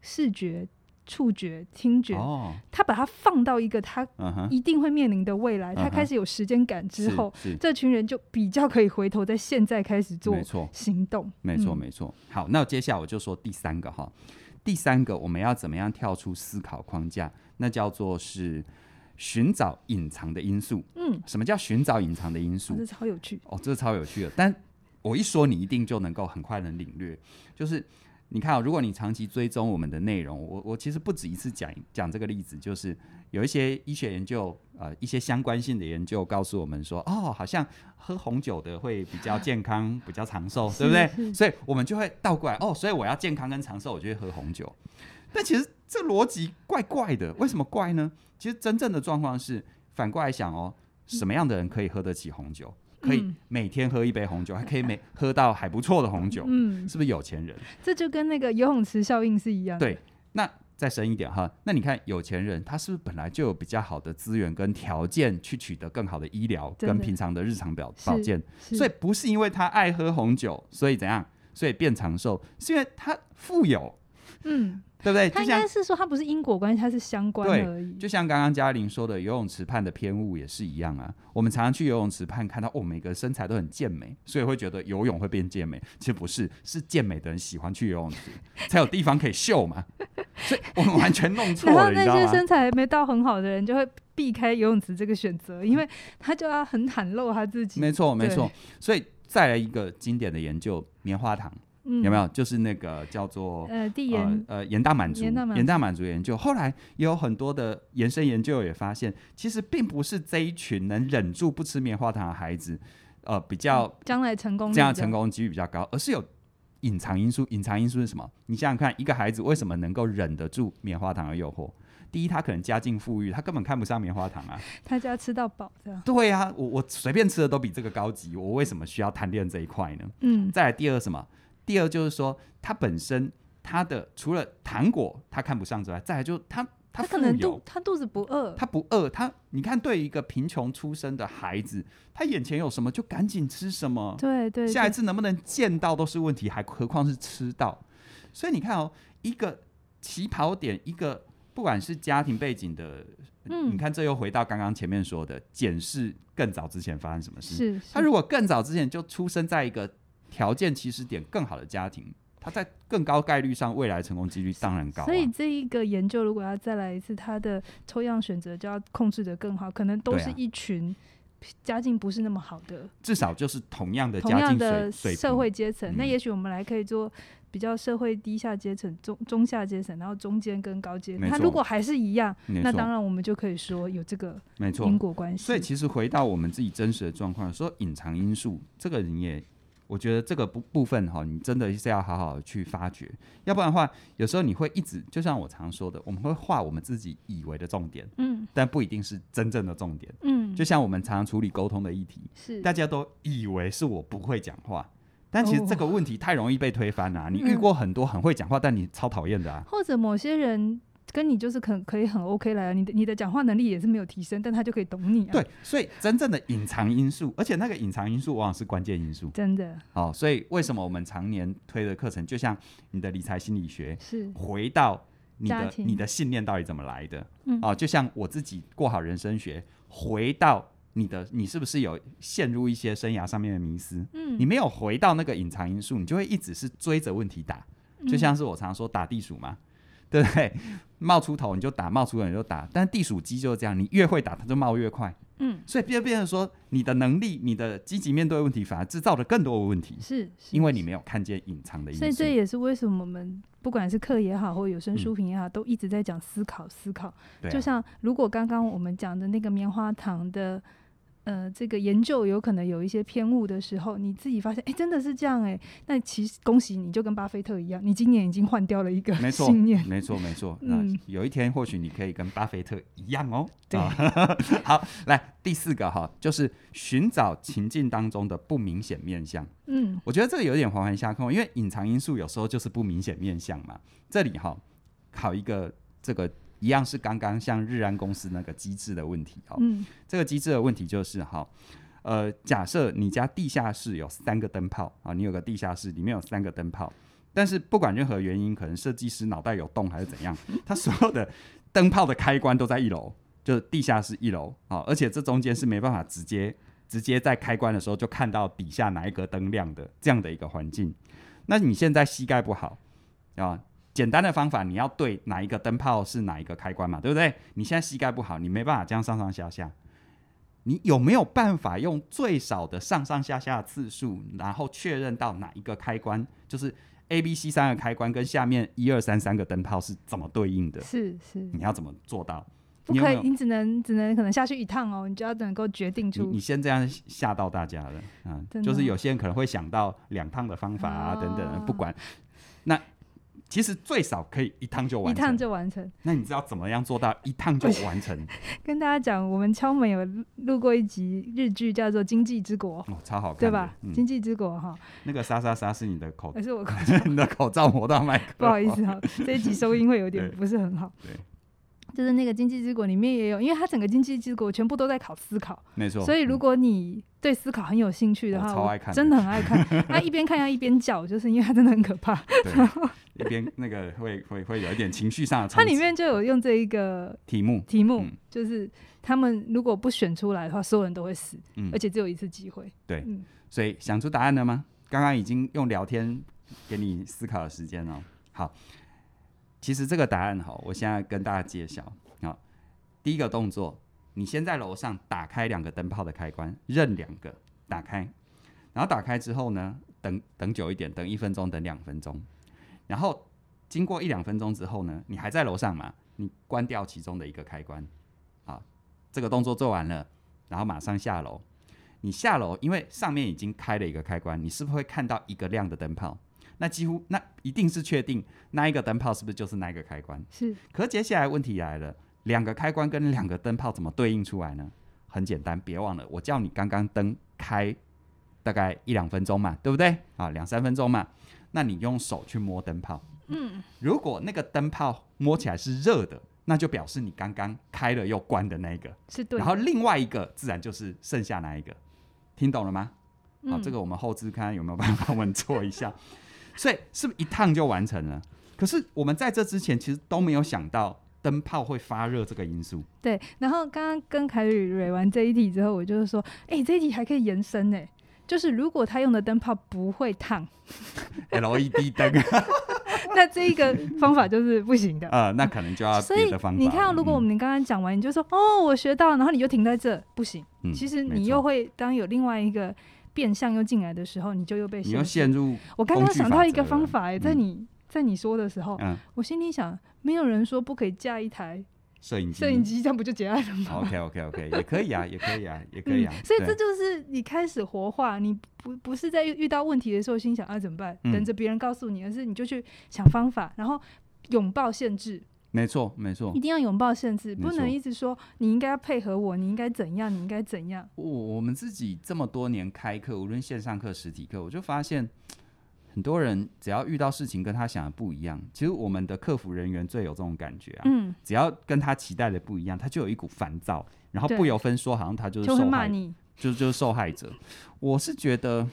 Speaker 1: 视觉。触觉、听觉，
Speaker 2: 哦，
Speaker 1: 他把它放到一个他
Speaker 2: 嗯哼，
Speaker 1: 一定会面临的未来，
Speaker 2: 嗯
Speaker 1: 他
Speaker 2: 哼
Speaker 1: 开始有时间感之
Speaker 2: 是
Speaker 1: 后，
Speaker 2: 是
Speaker 1: 这群人就比较可以回头在现在开始做
Speaker 2: 没错，
Speaker 1: 行动。
Speaker 2: 没错，
Speaker 1: 嗯
Speaker 2: 没错。好，那接下来我就说第三个哈，第三个我们要怎么样跳出思考框架？那叫做是寻找隐藏的因素。
Speaker 1: 嗯，
Speaker 2: 什么叫寻找隐藏的因
Speaker 1: 哇
Speaker 2: 素
Speaker 1: 这？超有趣。
Speaker 2: 哦，这超有趣的，但我一说你一定就能够很快能领略，就是。你看、哦，如果你长期追踪我们的内容，我我其实不止一次讲讲这个例子，就是有一些医学研究，呃，一些相关性的研究告诉我们说，哦，好像喝红酒的会比较健康，比较长寿，对不对？所以我们就会倒过来，哦，所以我要健康跟长寿，我就会喝红酒。但其实这逻辑怪怪的，为什么怪呢？其实真正的状况是反过来想哦，什么样的人可以喝得起红酒？可以
Speaker 1: 嗯
Speaker 2: 每天喝一杯红酒，还可以 每喝到还不错的红酒，
Speaker 1: 嗯，
Speaker 2: 是不是有钱人？
Speaker 1: 这就跟那个游泳池效应是一样的。
Speaker 2: 对那再深一点哈，那你看有钱人他是不是本来就有比较好的资源跟条件去取得更好的医疗
Speaker 1: 真的
Speaker 2: 跟平常的日常保
Speaker 1: 是
Speaker 2: 保健？
Speaker 1: 是，
Speaker 2: 所以不是因为他爱喝红酒，所以怎样？所以变长寿，是因为他富有，
Speaker 1: 嗯，
Speaker 2: 对不对？
Speaker 1: 他
Speaker 2: 就
Speaker 1: 应
Speaker 2: 像
Speaker 1: 该是说它不是因果关系，它是相关
Speaker 2: 对
Speaker 1: 的而已。
Speaker 2: 就像刚刚嘉玲说的，游泳池畔的偏误也是一样啊。我们常常去游泳池畔看到，哦，每个身材都很健美，所以会觉得游泳会变健美。其实不是，是健美的人喜欢去游泳池，才有地方可以秀嘛。所以我们完全弄错
Speaker 1: 然后
Speaker 2: 了，你
Speaker 1: 那
Speaker 2: 知道
Speaker 1: 些
Speaker 2: 吗？
Speaker 1: 身材没到很好的人就会避开游泳池这个选择，因为他就要很袒露他自己。
Speaker 2: 没错，没
Speaker 1: 对
Speaker 2: 错。所以再来一个经典的研究，棉花糖、
Speaker 1: 嗯，
Speaker 2: 有没有？就是那个叫做。
Speaker 1: 呃，地
Speaker 2: 呃
Speaker 1: 缘
Speaker 2: 呃，盐大满足，
Speaker 1: 盐大满足
Speaker 2: 盐大满足研究，后来也有很多的延伸研究也发现，其实并不是这一群能忍住不吃棉花糖的孩子，呃，比较
Speaker 1: 将来成功率啊
Speaker 2: 这样
Speaker 1: 比较
Speaker 2: 成功几率比较高，而是有隐藏因素。隐藏因素是什么？你想想看，一个孩子为什么能够忍得住棉花糖的诱惑？第一，他可能家境富裕，他根本看不上棉花糖啊。
Speaker 1: 他家吃到饱这样。
Speaker 2: 对啊，我我随便吃的都比这个高级，我为什么需要贪恋这一块呢？
Speaker 1: 嗯，
Speaker 2: 再来第二什么？第二就是说，他本身他的除了糖果他看不上之外，再来就他他
Speaker 1: 他
Speaker 2: 富
Speaker 1: 可能
Speaker 2: 有
Speaker 1: 肚，他肚子不饿，
Speaker 2: 他不饿，他你看对一个贫穷出身的孩子，他眼前有什么就赶紧吃什么，
Speaker 1: 对对，
Speaker 2: 下一
Speaker 1: 对
Speaker 2: 次能不能见到都是问题，还何况是吃到。所以你看哦，一个起跑点，一个不管是家庭背景的，
Speaker 1: 嗯
Speaker 2: 你看这又回到刚刚前面说的，检视更早之前发生什么事。
Speaker 1: 是
Speaker 2: 他
Speaker 1: 是
Speaker 2: 如果更早之前就出生在一个条件起始点更好的家庭，他在更高概率上未来成功几率当然高、啊。
Speaker 1: 所以这一个研究如果要再来一次，它的抽样选择就要控制得更好，可能都
Speaker 2: 对
Speaker 1: 是
Speaker 2: 啊
Speaker 1: 一群家境不是那么好的，
Speaker 2: 至少就是同样的
Speaker 1: 同
Speaker 2: 家
Speaker 1: 样
Speaker 2: 境
Speaker 1: 的
Speaker 2: 水水平
Speaker 1: 社会阶层。那
Speaker 2: 嗯
Speaker 1: 也许我们来可以做比较社会低下阶层、中中下阶层，然后中间跟高阶层。
Speaker 2: 没
Speaker 1: 它
Speaker 2: 错
Speaker 1: 如果还是一样，
Speaker 2: 没
Speaker 1: 那
Speaker 2: 错
Speaker 1: 当然我们就可以说有这个
Speaker 2: 没错
Speaker 1: 因。果关系。
Speaker 2: 所以其实回到我们自己真实的状况，说隐藏因素，这个你也，我觉得这个部部分哈，你真的是要好好地去发掘，要不然的话，有时候你会一直，就像我常说的，我们会画我们自己以为的重点，
Speaker 1: 嗯
Speaker 2: 但不一定是真正的重点。
Speaker 1: 嗯，
Speaker 2: 就像我们常常处理沟通的议题，
Speaker 1: 是
Speaker 2: 大家都以为是我不会讲话，但其实这个问题太容易被推翻了、你遇
Speaker 1: 哦嗯
Speaker 2: 过很多很会讲话，但你超讨厌的啊。
Speaker 1: 或者某些人跟你就是可可以很 OK 来了，啊你的你的讲话能力也是没有提升，但他就可以懂你、啊。
Speaker 2: 对，，所以真正的隐藏因素，而且那个隐藏因素往往是关键因素。
Speaker 1: 真的
Speaker 2: 哦，所以为什么我们常年推的课程，就像你的理财心理学，
Speaker 1: 是
Speaker 2: 回到你
Speaker 1: 家
Speaker 2: 的
Speaker 1: 庭
Speaker 2: 你的信念到底怎么来的？
Speaker 1: 嗯
Speaker 2: 啊，就像我自己过好人生学，回到你的你是不是有陷入一些生涯上面的迷思？
Speaker 1: 嗯
Speaker 2: 你没有回到那个隐藏因素，你就会一直是追着问题打，就
Speaker 1: 嗯
Speaker 2: 像是我常说打地鼠嘛，对不对？冒出头你就打，冒出头你就打，但地鼠机就是这样，你越会打，它就冒越快，
Speaker 1: 嗯
Speaker 2: 所以变变成说你的能力、你的积极面对问题，反而制造了更多的问题
Speaker 1: 嗯，是，是
Speaker 2: 因为你没有看见隐藏的因素。
Speaker 1: 所以这也是为什么我们不管是课也好，或有声
Speaker 2: 嗯
Speaker 1: 书评也好，都一直在讲思考思考。
Speaker 2: 对啊
Speaker 1: 就像如果刚刚我们讲的那个棉花糖的。呃，这个研究有可能有一些偏误的时候，你自己发现，哎，真的是这样哎，那其实恭喜你，就跟巴菲特一样，你今年已经换掉了一个
Speaker 2: 没错
Speaker 1: 信念，
Speaker 2: 没错，没错。那
Speaker 1: 嗯
Speaker 2: 有一天，或许你可以跟巴菲特一样哦。
Speaker 1: 对
Speaker 2: 啊 好，来第四个哈，就是寻找情境当中的不明显面相。
Speaker 1: 嗯
Speaker 2: 我觉得这个有点环环相扣，因为隐藏因素有时候就是不明显面相嘛。这里哈，考一个这个一样是刚刚像日安公司那个机制的问题哦。
Speaker 1: 嗯
Speaker 2: 这个机制的问题就是哈，呃，假设你家地下室有三个灯泡啊，你有个地下室里面有三个灯泡，但是不管任何原因，可能设计师脑袋有洞还是怎样，他所有的灯泡的开关都在一楼，就是地下室一楼啊、而且这中间是没办法直接直接在开关的时候就看到底下哪一格灯亮的这样的一个环境。那你现在膝盖不好啊？简单的方法，你要对哪一个灯泡是哪一个开关嘛，对不对？你现在膝盖不好，你没办法这样上上下下。你有没有办法用最少的上上下下的次数，然后确认到哪一个开关就是 A、B、C 三个开关跟下面一二三三个灯泡是怎么对应的？
Speaker 1: 是是，
Speaker 2: 你要怎么做到？
Speaker 1: 不
Speaker 2: 你有
Speaker 1: 可
Speaker 2: 没
Speaker 1: 以
Speaker 2: 有，
Speaker 1: 你只能只能可能下去一趟哦，你就要能够决定
Speaker 2: 你
Speaker 1: 出
Speaker 2: 你先这样吓到大家了，嗯，
Speaker 1: 真的
Speaker 2: 就是有些人可能会想到两趟的方法啊
Speaker 1: 哦
Speaker 2: 等等的，不管。那其实最少可以一趟就
Speaker 1: 一
Speaker 2: 完
Speaker 1: 趟
Speaker 2: 成。
Speaker 1: 就完成。
Speaker 2: 那你知道怎么样做到一趟就 完成？
Speaker 1: 跟大家讲，我们敲门有录录过一集日剧，叫做《经济之国》，
Speaker 2: 哦，超好看的，
Speaker 1: 对吧？
Speaker 2: 嗯，
Speaker 1: 经济之国》哈，
Speaker 2: 那个沙沙沙是你的 口
Speaker 1: 而，是我
Speaker 2: 你的口罩磨到麦克，
Speaker 1: 不好意。思 哈，这一集收音会有点
Speaker 2: 对
Speaker 1: 不是很好。
Speaker 2: 对，
Speaker 1: 就是那个《经济之国》里面也有，因为它整个《经济之国》全部都在考思考，
Speaker 2: 没错，
Speaker 1: 所以如
Speaker 2: 嗯
Speaker 1: 果你对思考很有兴趣的
Speaker 2: 我
Speaker 1: 话，
Speaker 2: 超
Speaker 1: 我
Speaker 2: 爱看的
Speaker 1: 真的很爱看。 那一边看要一边叫，就是因为它真的很可怕。
Speaker 2: 对一边那个会会会有一点情绪上的冲
Speaker 1: 它
Speaker 2: 击，
Speaker 1: 里面就有用这一个
Speaker 2: 题目，
Speaker 1: 题目，
Speaker 2: 嗯
Speaker 1: 就是他们如果不选出来的话，所有人都会死，
Speaker 2: 嗯
Speaker 1: 而，且只有一次机会。
Speaker 2: 对
Speaker 1: 嗯，
Speaker 2: 所以想出答案了吗？刚刚已经用聊天给你思考的时间了。好，其实这个答案哈，我现在跟大家揭晓好，第一个动作，你先在楼上打开两个灯泡的开关，任两个打开，然后打开之后呢，等等久一点，等一分钟，等两分钟，然后经过一两分钟之后呢，你还在楼上嘛？你关掉其中的一个开关，好，这个动作做完了，然后马上下楼，你下楼，因为上面已经开了一个开关，你是不是会看到一个亮的灯泡？那几乎那一定是确定那一个灯泡是不是就是那一个开关？
Speaker 1: 是
Speaker 2: 可接下来问题来了，两个开关跟两个灯泡怎么对应出来呢？很简单，别忘了我叫你刚刚灯开大概一两分钟嘛，对不对？啊，两三分钟嘛，那你用手去摸灯泡，嗯，如果那个灯泡摸起来是热的，那就表示你刚刚开了又关的那一个。
Speaker 1: 是对的。
Speaker 2: 然后另外一个自然就是剩下那一个，听懂了吗？好、
Speaker 1: 嗯
Speaker 2: 这个我们后置看看有没有办法稳做一下。 所以是不是一趟就完成了？可是我们在这之前其实都没有想到灯泡会发热这个因素。
Speaker 1: 对，然后刚刚跟凯宇蕊完这一题之后，我就是说，哎、这一题还可以延伸呢、就是如果他用的灯泡不会烫，
Speaker 2: LED E 灯
Speaker 1: 那这一个方法就是不行的。
Speaker 2: 呃，那可能就要
Speaker 1: 所
Speaker 2: 别
Speaker 1: 以
Speaker 2: 的方法了。
Speaker 1: 你看，哦如果我
Speaker 2: 嗯
Speaker 1: 们刚刚讲完，你就说哦，我学到了，然后你就停在这，不行。
Speaker 2: 嗯
Speaker 1: 其实
Speaker 2: 没
Speaker 1: 你
Speaker 2: 错
Speaker 1: 又会当有另外一个变相又进来的时候，你就又被
Speaker 2: 你又
Speaker 1: 限制
Speaker 2: 陷入
Speaker 1: 我刚
Speaker 2: 工
Speaker 1: 刚
Speaker 2: 具
Speaker 1: 想
Speaker 2: 法
Speaker 1: 到一个
Speaker 2: 则
Speaker 1: 方
Speaker 2: 了
Speaker 1: 法、欸，在
Speaker 2: 嗯
Speaker 1: 你在你说的时候，
Speaker 2: 嗯
Speaker 1: 我心里想，没有人说不可以架一台
Speaker 2: 摄影机。
Speaker 1: 摄影机，这样不就结案了吗？
Speaker 2: OK OK OK，也可以啊，也可以啊，也可以啊。
Speaker 1: 嗯，所以这
Speaker 2: 对
Speaker 1: 就是你开始活化，你不不是在遇遇到问题的时候心想啊怎么办，
Speaker 2: 嗯
Speaker 1: 等着别人告诉你，而是你就去想方法，然后拥抱限制，
Speaker 2: 没错没错
Speaker 1: 一。定要拥抱限制，
Speaker 2: 哦没错
Speaker 1: 不能一直说你应该要配合我，你应该怎样，你应该怎样。
Speaker 2: 我我们自己这么多年开课，无论线上课、实体课，我就发现很多人只要遇到事情跟他想的不一样，其实我们的客服人员最有这种感觉啊。
Speaker 1: 嗯，
Speaker 2: 只要跟他期待的不一样，他就有一股烦躁，然后
Speaker 1: 对
Speaker 2: 不由分说，好像他就是
Speaker 1: 就会
Speaker 2: 受
Speaker 1: 骂
Speaker 2: 害，
Speaker 1: 你，
Speaker 2: 就就是受害者。我是觉得，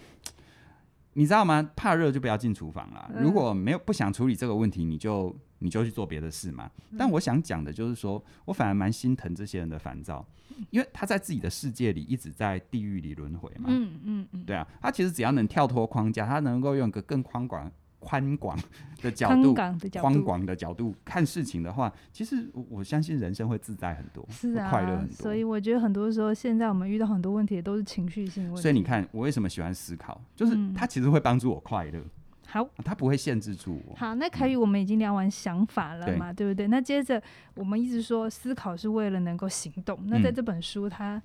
Speaker 2: 你知道吗？怕热就不要进厨房啦。
Speaker 1: 嗯
Speaker 2: 如果没有不想处理这个问题，你就你就去做别的事嘛。
Speaker 1: 嗯
Speaker 2: 但我想讲的就是说，我反而蛮心疼这些人的烦躁，因为他在自己的世界里一直在地狱里轮回嘛。
Speaker 1: 嗯嗯嗯，
Speaker 2: 对啊，他其实只要能跳脱框架，他能够用一个更宽广、宽广的角
Speaker 1: 宽
Speaker 2: 度、
Speaker 1: 广的角
Speaker 2: 宽
Speaker 1: 度。
Speaker 2: 广的角度看事情的话，其实我我相信人生会自在很多，
Speaker 1: 是
Speaker 2: 会
Speaker 1: 啊，
Speaker 2: 快乐很多。
Speaker 1: 所以我觉得很多时候，现在我们遇到很多问题也都是情绪性问题。
Speaker 2: 所以你看，我为什么喜欢思考，就是
Speaker 1: 嗯
Speaker 2: 它其实会帮助我快乐，
Speaker 1: 好，
Speaker 2: 它不会限制住我。
Speaker 1: 好，那凯宇，我们已经聊完想法了
Speaker 2: 嗯对
Speaker 1: 嘛，对不对？那接着我们一直说思考是为了能够行动，那在
Speaker 2: 嗯
Speaker 1: 这本书它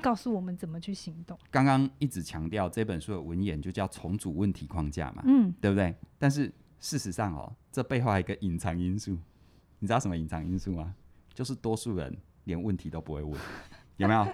Speaker 1: 告诉我们怎么去行动。
Speaker 2: 刚刚一直强调这本书的文言就叫重组问题框架嘛，
Speaker 1: 嗯，
Speaker 2: 对不对？但是事实上哦，这背后还有一个隐藏因素，你知道什么隐藏因素吗？就是多数人连问题都不会问，有没有？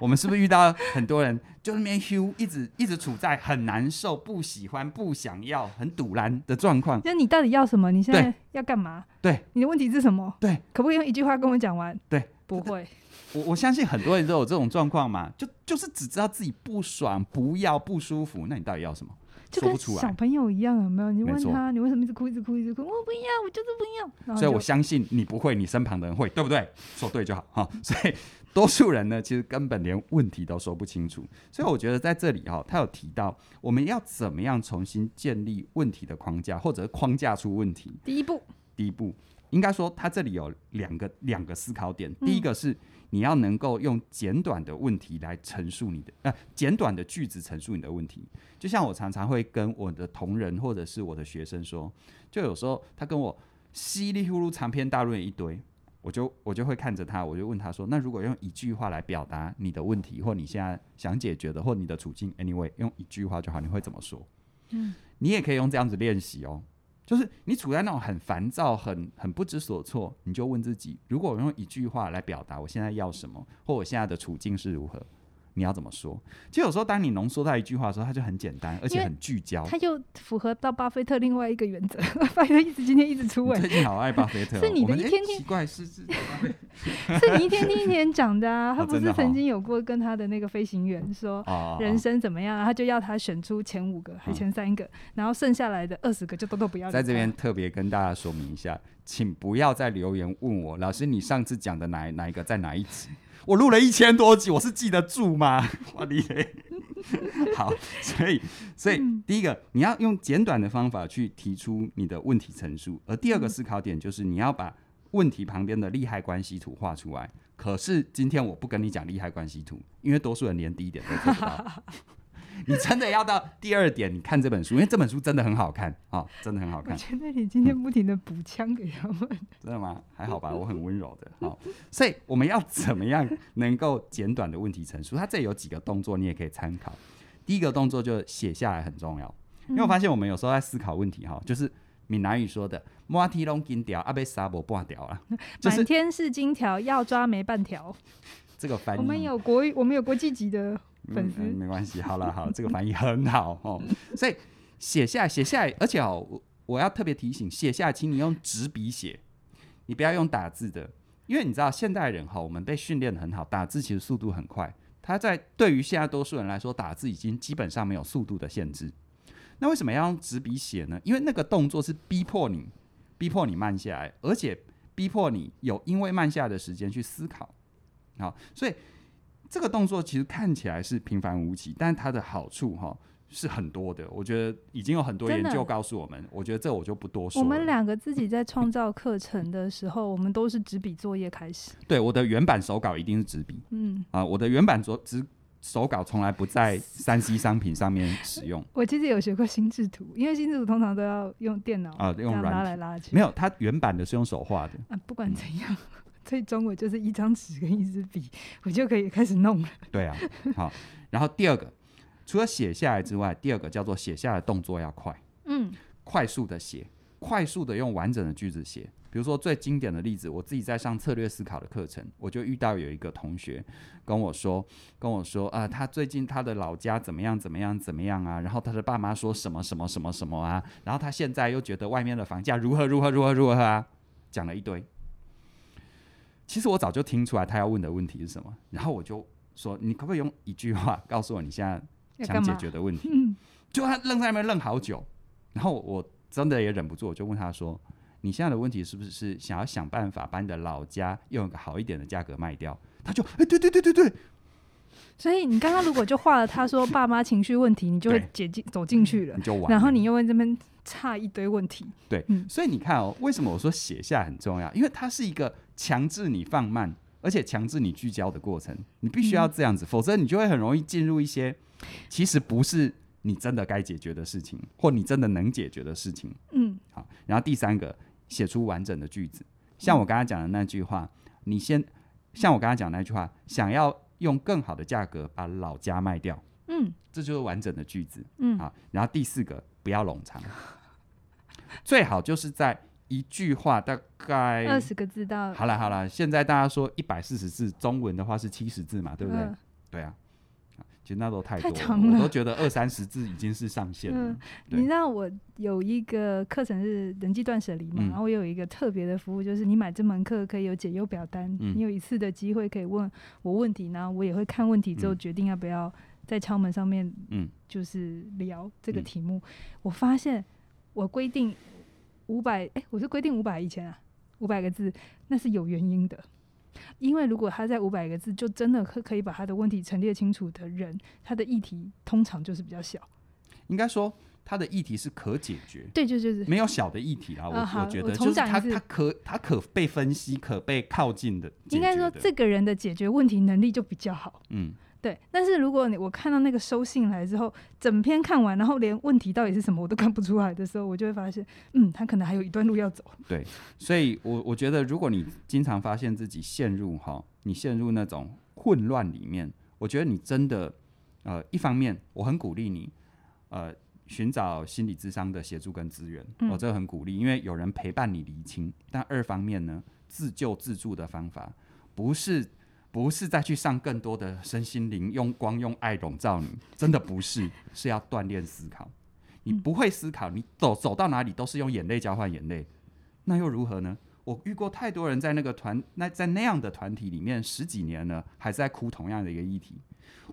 Speaker 2: 我们是不是遇到很多人就那边 h 一直一直处在很难受、不喜欢、不想要、很堵然的状况？
Speaker 1: 那你到底要什么？你现
Speaker 2: 对
Speaker 1: 在要干嘛？
Speaker 2: 对，
Speaker 1: 你的问题是什么？
Speaker 2: 对，
Speaker 1: 可不可以用一句话跟我讲完？
Speaker 2: 对，
Speaker 1: 不会，
Speaker 2: 我我相信很多人都有这种状况嘛，就就是只知道自己不爽、不要、不舒服，那你到底要什么？
Speaker 1: 就
Speaker 2: 说
Speaker 1: 跟
Speaker 2: 不出
Speaker 1: 小
Speaker 2: 来。
Speaker 1: 朋友一样，有没有？你
Speaker 2: 没
Speaker 1: 问
Speaker 2: 错
Speaker 1: 他，你为什么一直哭，一直哭，一直哭？我不要，我就是不要。然后
Speaker 2: 所以
Speaker 1: 哦就
Speaker 2: 我相信你不会，你身旁的人会，对不对？说对就好哈、所以多数人呢，其实根本连问题都说不清楚。所以我觉得在这里哈、他有提到我们要怎么样重新建立问题的框架，或者是框架出问题。
Speaker 1: 第一步，
Speaker 2: 第一步，应该说他这里有两个两个思考点，第一个是。你要能够用简短的问题来陈述你的，呃，简短的句子陈述你的问题。就像我常常会跟我的同仁或者是我的学生说，就有时候他跟我稀里呼噜长篇大论一堆，我就我就会看着他，我就问他说，那如果用一句话来表达你的问题或你现在想解决的或你的处境，anyway，用一句话就好，你会怎么说？
Speaker 1: 嗯，
Speaker 2: 你也可以用这样子练习哦。就是你处在那种很烦躁、很很不知所措，你就问自己：如果我用一句话来表达我现在要什么，或我现在的处境是如何，你要怎么说？其实有时候当你浓缩到一句话的时候，它就很简单，而且很聚 焦。
Speaker 1: 他又符合到巴菲特另外一个原则。巴菲特一直今天一直出
Speaker 2: 你
Speaker 1: 问，
Speaker 2: 最近好爱巴菲特哦、
Speaker 1: 是你的
Speaker 2: 我们
Speaker 1: 一
Speaker 2: 诶
Speaker 1: 天天
Speaker 2: 奇怪 是是巴菲
Speaker 1: 是你一天听一天讲的啊。他
Speaker 2: 哦
Speaker 1: 不
Speaker 2: 真的
Speaker 1: 是
Speaker 2: 哦。
Speaker 1: 曾经有过跟他的那个飞行员说
Speaker 2: 啊
Speaker 1: 人生怎么样、啊？他就要他选出前五个还
Speaker 2: 嗯
Speaker 1: 前三个，然后剩下来的二十个就都都不要理他。
Speaker 2: 在这边特别跟大家说明一下，请不要再留言问我，老师你上次讲的哪哪一个在哪一集？我录了一千多集，我是记得住吗？ 我的嘞！好，所以所以
Speaker 1: 嗯
Speaker 2: 第一个，你要用简短的方法去提出你的问题陈述，而第二个思考点就是你要把问题旁边的利害关系图画出来。可是今天我不跟你讲利害关系图，因为多数人连第一点都做不到。你真的要到第二点，你看这本书，因为这本书真的很好看啊、真的很好
Speaker 1: 我
Speaker 2: 看。
Speaker 1: 觉得你今天不停的补枪给 他们。
Speaker 2: 真的吗？还好吧，我很温柔的。好，所以我们要怎么样能够简短的问题陈述？它这里有几个动作，你也可以参考。第一个动作就是写下来很重要，因为我发现我们有时候在思考问题哈，就是闽南语说的“摸提拢金条，阿被沙伯半掉了”，就是
Speaker 1: 满天是金条，要抓没半条。
Speaker 2: 这个翻译。
Speaker 1: 我们有国语，我们有国际级的粉丝嗯
Speaker 2: 嗯嗯没关系，好 了好，这个翻译很好哦。所以写下来写下来，而且哦，我我要特别提醒，写下来请你用纸笔写，你不要用打字的，因为你知道现代人哈、我们被训练得很好，打字其实速度很快。他在对于现在多数人来说，打字已经基本上没有速度的限制。那为什么要用纸笔写呢？因为那个动作是逼迫你，逼迫你慢下来，而且逼迫你有因为慢下来的时间去思考。好，所以这个动作其实看起来是平凡无奇，但它的好处哈、是很多的。我觉得已经有很多
Speaker 1: 真
Speaker 2: 研
Speaker 1: 的
Speaker 2: 究告诉我们，我觉得这我就不多说
Speaker 1: 我
Speaker 2: 了。
Speaker 1: 们两个自己在创造课程的时候，我们都是纸笔作业开始。
Speaker 2: 对我的原版手稿一定是纸笔
Speaker 1: 嗯，
Speaker 2: 啊，我的原版手纸手稿从来不在三 C 商品上面使用
Speaker 1: 我其实有学过心智图，因为心智图通常都要用电脑
Speaker 2: 啊，
Speaker 1: 这
Speaker 2: 用
Speaker 1: 样拉
Speaker 2: 软
Speaker 1: 来
Speaker 2: 体
Speaker 1: 拉去。
Speaker 2: 没有，它原版的是用手画的。
Speaker 1: 啊，不管怎样， 最终我就是一张纸跟一支笔，我就可以开始弄了。
Speaker 2: 对啊， 好。然后第二个，除了写下来之外，第二个叫做写下来动作要快，
Speaker 1: 嗯，
Speaker 2: 快速的写，快速的用完整的句子写。比如说最经典的例子，我自己在上策略思考的课程，我就遇到有一个同学跟我说，跟我说啊、他最近他的老家怎么样怎么样怎么样啊，然后他的爸妈说什么什么什么什么啊，然后他现在又觉得外面的房价如何如何如何如何啊，讲了一堆。其实我早就听出来他要问的问题是什么，然后我就说，你可不可以用一句话告诉我你现在
Speaker 1: 要
Speaker 2: 想
Speaker 1: 干
Speaker 2: 解
Speaker 1: 嘛？
Speaker 2: 决的问题。
Speaker 1: 嗯
Speaker 2: 就他愣在那边愣好久，然后我真的也忍不住，我就问他说：“你现在的问题是不是是想要想办法把你的老家用一个好一点的价格卖掉？”他就：“哎、对对对对对，
Speaker 1: 所以你刚刚如果就画了他说爸妈情绪问题，你就会
Speaker 2: 对
Speaker 1: 解进走进去了
Speaker 2: 你，就完了。”
Speaker 1: 然后你又问这边差一堆问题。
Speaker 2: 对，
Speaker 1: 嗯
Speaker 2: 所以你看哦，为什么我说写下很重要？因为它是一个强制你放慢，而且强制你聚焦的过程。你必须要这样子，否则你就会很容易进入一些其实不是你真的该解决的事情，或你真的能解决的事情。
Speaker 1: 嗯，
Speaker 2: 好，然后第三个，写出完整的句子。像我刚才讲的那句话，你先像我刚才讲的那句话，想要用更好的价格把老家卖掉，
Speaker 1: 嗯
Speaker 2: 这就是完整的句子。
Speaker 1: 嗯
Speaker 2: 好，然后第四个，不要冗长， 最好就是在一句话大概
Speaker 1: 二十个字到
Speaker 2: 哎好了好了，现在大家说一百四十字，中文的话是七十字嘛，对不对？
Speaker 1: 嗯
Speaker 2: 对啊。其实那都太
Speaker 1: 太
Speaker 2: 多了，
Speaker 1: 长了
Speaker 2: 我都觉得二三十字已经是上限了。
Speaker 1: 嗯
Speaker 2: 对
Speaker 1: 你知道我有一个课程是人际断舍离嘛，
Speaker 2: 嗯
Speaker 1: 然后我有一个特别的服务，就是你买这门课可以有解忧表单，
Speaker 2: 嗯
Speaker 1: 你有一次的机会可以问我问题，然后我也会看问题之后
Speaker 2: 嗯
Speaker 1: 决定要不要在敲门上面，
Speaker 2: 嗯，
Speaker 1: 就是聊这个
Speaker 2: 嗯
Speaker 1: 题目，我发现我规定五百，哎，我是规定五百以前啊，五百个字，那是有原因的。因为如果他在五百个字，就真的可可以把他的问题陈列清楚的人，他的议题通常就是比较小。
Speaker 2: 应该说它的议题是可解决，
Speaker 1: 对，就就是
Speaker 2: 没有小的议题啦。我、
Speaker 1: 呃嗯好
Speaker 2: 我觉
Speaker 1: 我
Speaker 2: 得
Speaker 1: 重
Speaker 2: 就是
Speaker 1: 讲一
Speaker 2: 它
Speaker 1: 次
Speaker 2: 它可它可被分析、可被靠近的解决的。
Speaker 1: 应该说这个人的解决问题能力就比较好。
Speaker 2: 嗯
Speaker 1: 对，但是如果你我看到那个收信来之后，整篇看完，然后连问题到底是什么我都看不出来的时候，我就会发现，嗯，他可能还有一段路要走。
Speaker 2: 对，所以我我觉得如果你经常发现自己陷入哈，你陷入那种混乱里面，我觉得你真的呃，一方面我很鼓励你呃。寻找心理智商的协助跟资源，我、
Speaker 1: 嗯
Speaker 2: 这个很鼓励，因为有人陪伴你厘清。但二方面呢，自救自助的方法不是不是再去上更多的身心灵，用光用爱笼罩你，真的 不是，是要锻炼思考。你
Speaker 1: 嗯
Speaker 2: 不会思考，你走走到哪里都是用眼泪交换眼泪，那又如何呢？我遇过太多人在那个团，那在那样的团体里面十几年了，还是在哭同样的一个议题，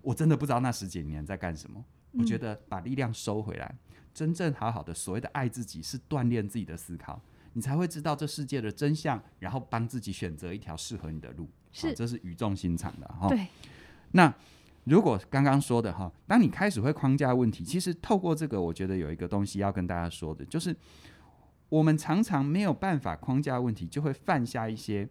Speaker 2: 我真的不知道那十几年在干什么。我觉
Speaker 1: 嗯
Speaker 2: 得把力量收回来，真正好好的所谓的爱自己，是锻炼自己的思考，你才会知道这世界的真相，然后帮自己选择一条适合你的路。
Speaker 1: 是
Speaker 2: 好这是语重心长的哈。
Speaker 1: 对，
Speaker 2: 那如果刚刚说的哈，当你开始会框架问题，其实透过这个，我觉得有一个东西要跟大家说的，就是我们常常没有办法框架问题，就会犯下一些，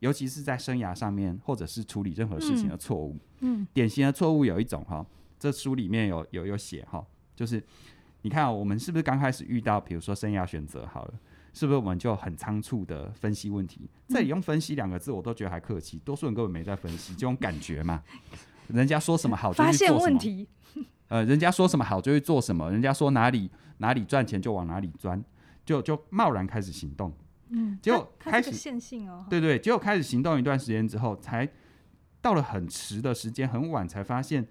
Speaker 2: 尤其是在生涯上面，或者是处理任何事情的错误。
Speaker 1: 嗯
Speaker 2: 典型的错误有一种哈，这书里面有有有写哈，就是你看、哦、我们是不是刚开始遇到，比如说生涯选择好了，是不是我们就很仓促的分析问题？这里用“分析”两个字，我都觉得还客气，多数人根本没在分析，就用感觉嘛。人家说什么好就
Speaker 1: 发
Speaker 2: 去
Speaker 1: 现
Speaker 2: 做什
Speaker 1: 问
Speaker 2: 么，
Speaker 1: 题，
Speaker 2: 呃，人家说什么好就去做什么，人家说哪里哪里赚钱就往哪里钻，就就贸然开始行动。
Speaker 1: 嗯，
Speaker 2: 结果
Speaker 1: 它
Speaker 2: 开
Speaker 1: 它是个
Speaker 2: 始
Speaker 1: 线性哦，
Speaker 2: 对对，结果开始行动一段时间之后，才到了很迟的时间，很晚才发现，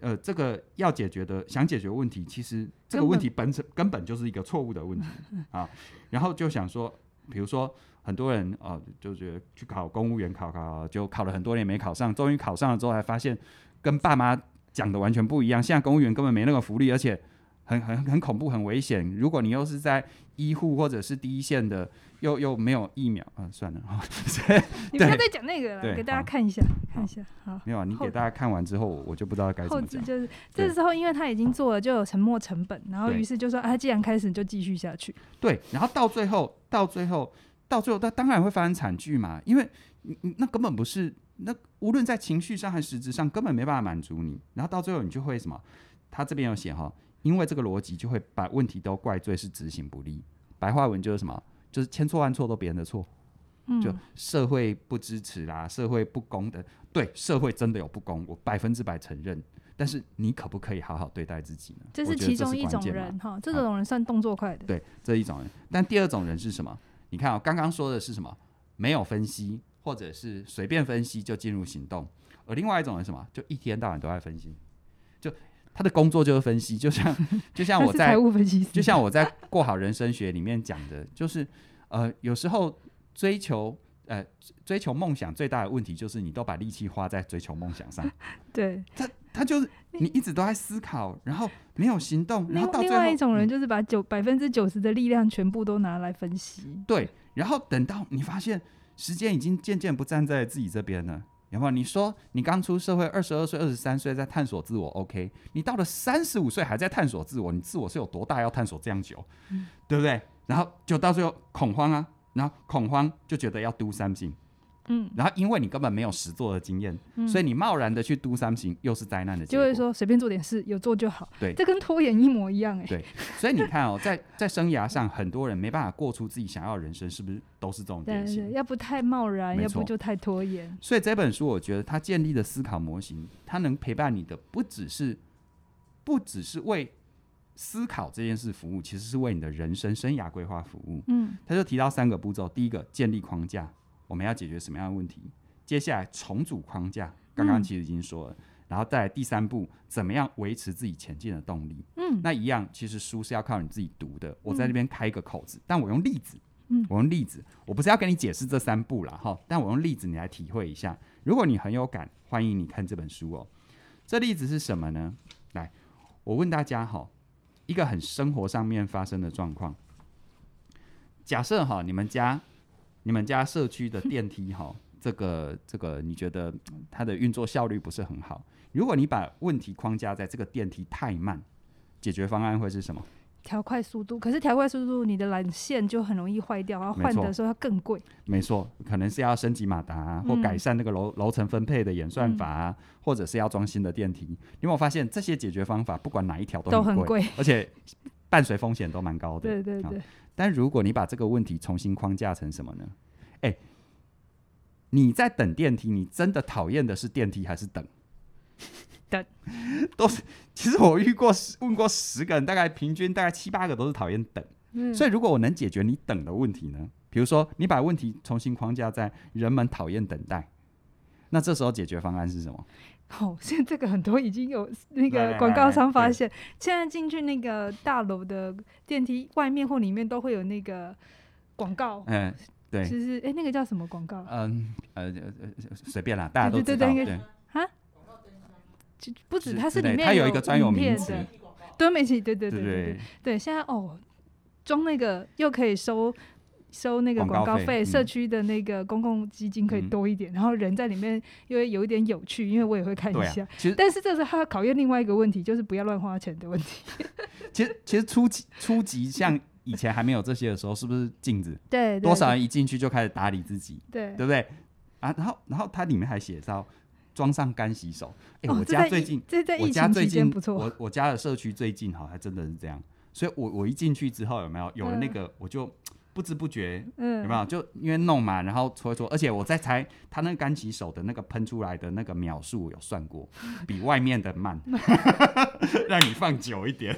Speaker 2: 呃，这个要解决的想解决问题，其实这个
Speaker 1: 根
Speaker 2: 问
Speaker 1: 本
Speaker 2: 题本身根本就是一个错误的 问题啊。然后就想说，比如说很多人啊、呃，就觉得去考公务员考考考，就考了很多年没考上，终于考上了之后，才发现跟爸妈讲的完全不一样。现在公务员根本没那个福利，而且很很很恐怖，很危险。如果你又是在医护或者是第一线的，又又没有疫苗，啊，算了啊，
Speaker 1: 你不要
Speaker 2: 对
Speaker 1: 再讲那个了，
Speaker 2: 对
Speaker 1: 给大家
Speaker 2: 好
Speaker 1: 看一下，看一下，好。
Speaker 2: 没有啊。你
Speaker 1: 后
Speaker 2: 给大家看完之后，我就不知道该怎
Speaker 1: 后
Speaker 2: 么
Speaker 1: 置
Speaker 2: 讲。
Speaker 1: 就是
Speaker 2: 对
Speaker 1: 这时候，因为他已经做了，就有沉没成本，然后
Speaker 2: 对
Speaker 1: 于是就说，啊，既然开始就继续下去，
Speaker 2: 对，然后到最后，到最后，到最后，那当然会发生惨剧嘛，因为你你那根本不是那，无论在情绪上还是实质上，根本没办法满足你。然后到最后，你就会什么？他这边有写哈，因为这个逻辑就会把问题都怪罪是执行不力。白话文就是什么？就是千错万错都别人的错。就
Speaker 1: 嗯，
Speaker 2: 社会不支持啦，社会不公的，对，社会真的有不公，我百分之百承认。但是你可不可以好好对待自己呢？
Speaker 1: 这
Speaker 2: 我
Speaker 1: 是
Speaker 2: 觉得
Speaker 1: 其中一
Speaker 2: 关
Speaker 1: 种
Speaker 2: 键嘛
Speaker 1: 人哈，这
Speaker 2: 好
Speaker 1: 种人算动作快的，
Speaker 2: 对，这一种人。但第二种人是什么？你看啊、刚刚说的是什么？没有分析，或者是随便分析就进入行动。而另外一种人是什么？就一天到晚都在分析，就他的工作就是分析，就像就像
Speaker 1: 他
Speaker 2: 我
Speaker 1: 是
Speaker 2: 在
Speaker 1: 财务分析师，
Speaker 2: 就像我在《过好人生学》里面讲的，就是呃，有时候追求呃追求梦想最大的问题就是你都把力气花在追求梦想 上，
Speaker 1: 对，
Speaker 2: 他他就是你一直都在思考，然后没有行动，然
Speaker 1: 另
Speaker 2: 后到
Speaker 1: 另
Speaker 2: 最后
Speaker 1: 外一种人
Speaker 2: 嗯
Speaker 1: 就是把九百分之九十的力量全部都拿来分析，
Speaker 2: 对，然后等到你发现时间已经渐渐不站在自己这边了。有没有？你说你刚出社会，二十二岁、二十三岁在探索自我，OK？你到了三十五岁还在探索自我，你自我是有多大要探索这样久，
Speaker 1: 嗯
Speaker 2: 对不对？然后就到最后恐慌啊，然后恐慌就觉得要 do something，
Speaker 1: 嗯，
Speaker 2: 然后因为你根本没有实做的经验，
Speaker 1: 嗯
Speaker 2: 所以你贸然的去 do something 又是灾难的结
Speaker 1: 就
Speaker 2: 果。
Speaker 1: 会说随便做点事，有做就好，
Speaker 2: 对
Speaker 1: 这跟拖延一模一样哎、
Speaker 2: 对所以你看哦，在在生涯上，很多人没办法过出自己想要的人生，是不是都是这种
Speaker 1: 对
Speaker 2: 典型
Speaker 1: 对，？要不太贸然，
Speaker 2: 没
Speaker 1: 要
Speaker 2: 错
Speaker 1: 不就太拖延，
Speaker 2: 所以这本书，我觉得它建立的思考模型，它能陪伴你的不只是不只是为思考这件事服务，其实是为你的人生生涯规划服务。
Speaker 1: 嗯
Speaker 2: 他就提到三个步骤：第一个，建立框架，我们要解决什么样的问题；接下来，重组框架，刚刚
Speaker 1: 嗯
Speaker 2: 其实已经说了。然后再来第三步，怎么样维持自己前进的动力？
Speaker 1: 嗯，
Speaker 2: 那一样，其实书是要靠你自己读的。我在这边开一个口子，但我用例子，
Speaker 1: 嗯
Speaker 2: 我用例子，我不是要跟你解释这三步啦，哈，但我用例子你来体会一下。如果你很有感，欢迎你看这本书哦。这例子是什么呢？来，我问大家哈，一个很生活上面发生的状况。假设哈，你们家、你们家社区的电梯哈， 这个这个，你觉得它的运作效率不是很好？如果你把问题框架在这个电梯太慢，解决方案会是什么？
Speaker 1: 调快速度，可是调快速度，你的缆线就很容易坏掉，然后
Speaker 2: 没
Speaker 1: 换
Speaker 2: 错
Speaker 1: 的时候要更贵。
Speaker 2: 没错，可能是要升级马达、啊、或改
Speaker 1: 嗯
Speaker 2: 善那个楼楼层分配的演算法、啊，或者是要装新的电梯。你有没有发现这些解决方法，不管哪一条
Speaker 1: 都
Speaker 2: 都
Speaker 1: 很
Speaker 2: 很
Speaker 1: 贵，
Speaker 2: 而且伴随风险都蛮高的。
Speaker 1: 对对
Speaker 2: 好
Speaker 1: 对，
Speaker 2: 但如果你把这个问题重新框架成什么呢？哎，你在等电梯，你真的讨厌的是电梯还是等？
Speaker 1: 等
Speaker 2: 都是。其实我遇过十问过十个人，大概平均大概七八个都是讨厌等。
Speaker 1: 嗯
Speaker 2: 所以如果我能解决你等的问题呢？比如说你把问题重新框架在人们讨厌等待，那这时候解决方案是什么？
Speaker 1: 哦， 现在这个很多已经有那
Speaker 2: 来
Speaker 1: 个
Speaker 2: 来
Speaker 1: 广
Speaker 2: 来
Speaker 1: 告
Speaker 2: 来
Speaker 1: 商发
Speaker 2: 对
Speaker 1: 现，现在进去那个大楼的电梯外面或里面都会有那个广告，
Speaker 2: 嗯、对，
Speaker 1: 哦就是哎、那个叫什么广告？
Speaker 2: 嗯呃呃呃随便啦，大家都
Speaker 1: 对对
Speaker 2: 知道，
Speaker 1: 对应该就不止
Speaker 2: 之
Speaker 1: 它是
Speaker 2: 之
Speaker 1: 里
Speaker 2: 类
Speaker 1: 面
Speaker 2: 它有一个专有
Speaker 1: 影
Speaker 2: 名
Speaker 1: 片
Speaker 2: 词
Speaker 1: 的，
Speaker 3: 一广告，
Speaker 1: 对没起，对对
Speaker 2: 对
Speaker 1: 对
Speaker 2: 对
Speaker 1: 对
Speaker 2: 对啊
Speaker 1: 对。对，现在哦，装那个又可以收收那个
Speaker 2: 广
Speaker 1: 广
Speaker 2: 告
Speaker 1: 告
Speaker 2: 费
Speaker 1: 费，
Speaker 2: 嗯
Speaker 1: 社区的那个公共基金可以
Speaker 2: 嗯
Speaker 1: 多一点，然后人在里面又会有一点有趣，因为我也会看一
Speaker 2: 对
Speaker 1: 下。
Speaker 2: 啊，其实
Speaker 1: 但是这是他考验另外一个问题，就是不要乱花钱的问题。
Speaker 2: 其实其实初级初级像以前还没有这些的时候，是不是镜子
Speaker 1: 对，对
Speaker 2: 多少人一进去就开始打理自己，
Speaker 1: 对
Speaker 2: 对不对？啊，然后然后它里面还写到装上干洗手，哎、
Speaker 1: 哦
Speaker 2: 我
Speaker 1: 这
Speaker 2: 家
Speaker 1: 在
Speaker 2: 最
Speaker 1: 疫
Speaker 2: 近
Speaker 1: 这在
Speaker 2: 我
Speaker 1: 疫
Speaker 2: 家
Speaker 1: 情
Speaker 2: 最
Speaker 1: 期间
Speaker 2: 近
Speaker 1: 不错，
Speaker 2: 我我家的社区最近好，还真的是这样，所以我我一进去之后有没有有了那
Speaker 1: 嗯
Speaker 2: 个，我就不知不觉。
Speaker 1: 嗯，
Speaker 2: 有没有？就因为弄嘛，然后搓一搓，而且我在猜，它那个干洗手的那个喷出来的那个秒数有算过，比外面的 慢，让你放久一点。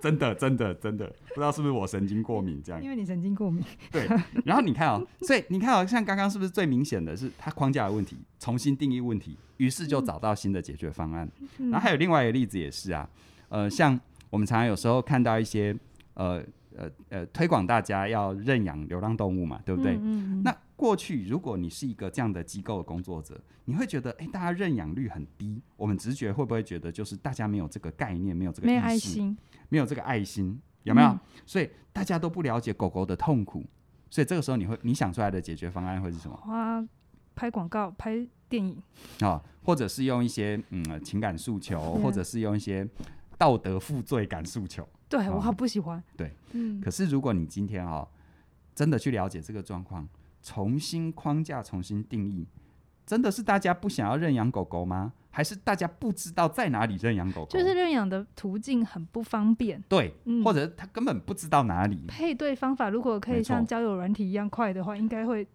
Speaker 2: 真的，真的，真的，不知道是不是我神经过敏这样
Speaker 1: 因。为你神经过敏，
Speaker 2: 对，然后你看哦，所以你看哦，像刚刚是不是最明显的是它框架的问题，重新定义问题，于是就找到新的解决方案。
Speaker 1: 嗯
Speaker 2: 然后还有另外一个例子也是啊，呃，像我们常常有时候看到一些呃呃呃推广大家要认养流浪动物嘛，对不对？
Speaker 1: 嗯嗯嗯
Speaker 2: 那过去如果你是一个这样的机构的工作者，你会觉得，哎、大家认养率很低，我们直觉会不会觉得就是大家没有这个概念，没有这个
Speaker 1: 没有
Speaker 2: 意
Speaker 1: 爱
Speaker 2: 识，
Speaker 1: 心，
Speaker 2: 没有这个爱心，有没有？
Speaker 1: 嗯
Speaker 2: 所以大家都不了解狗狗的痛苦，所以这个时候你会你想出来的解决方案会是什么？
Speaker 1: 花拍广告、拍电影，
Speaker 2: 啊、或者是用一些嗯呃情感诉求，
Speaker 1: 嗯
Speaker 2: 或者是用一些道德负罪感诉求。
Speaker 1: 对我
Speaker 2: 哦
Speaker 1: 好不喜欢。
Speaker 2: 对，
Speaker 1: 嗯，
Speaker 2: 可是如果你今天哦，真的去了解这个状况，重新框架、重新定义，真的是大家不想要认养狗狗吗？还是大家不知道在哪里认养狗狗？
Speaker 1: 就是认养的途径很不方便，
Speaker 2: 对，
Speaker 1: 嗯，
Speaker 2: 或者他根本不知道哪里。
Speaker 1: 配对方法如果可以
Speaker 2: 没错
Speaker 1: 像交友软体一样快的话，应该会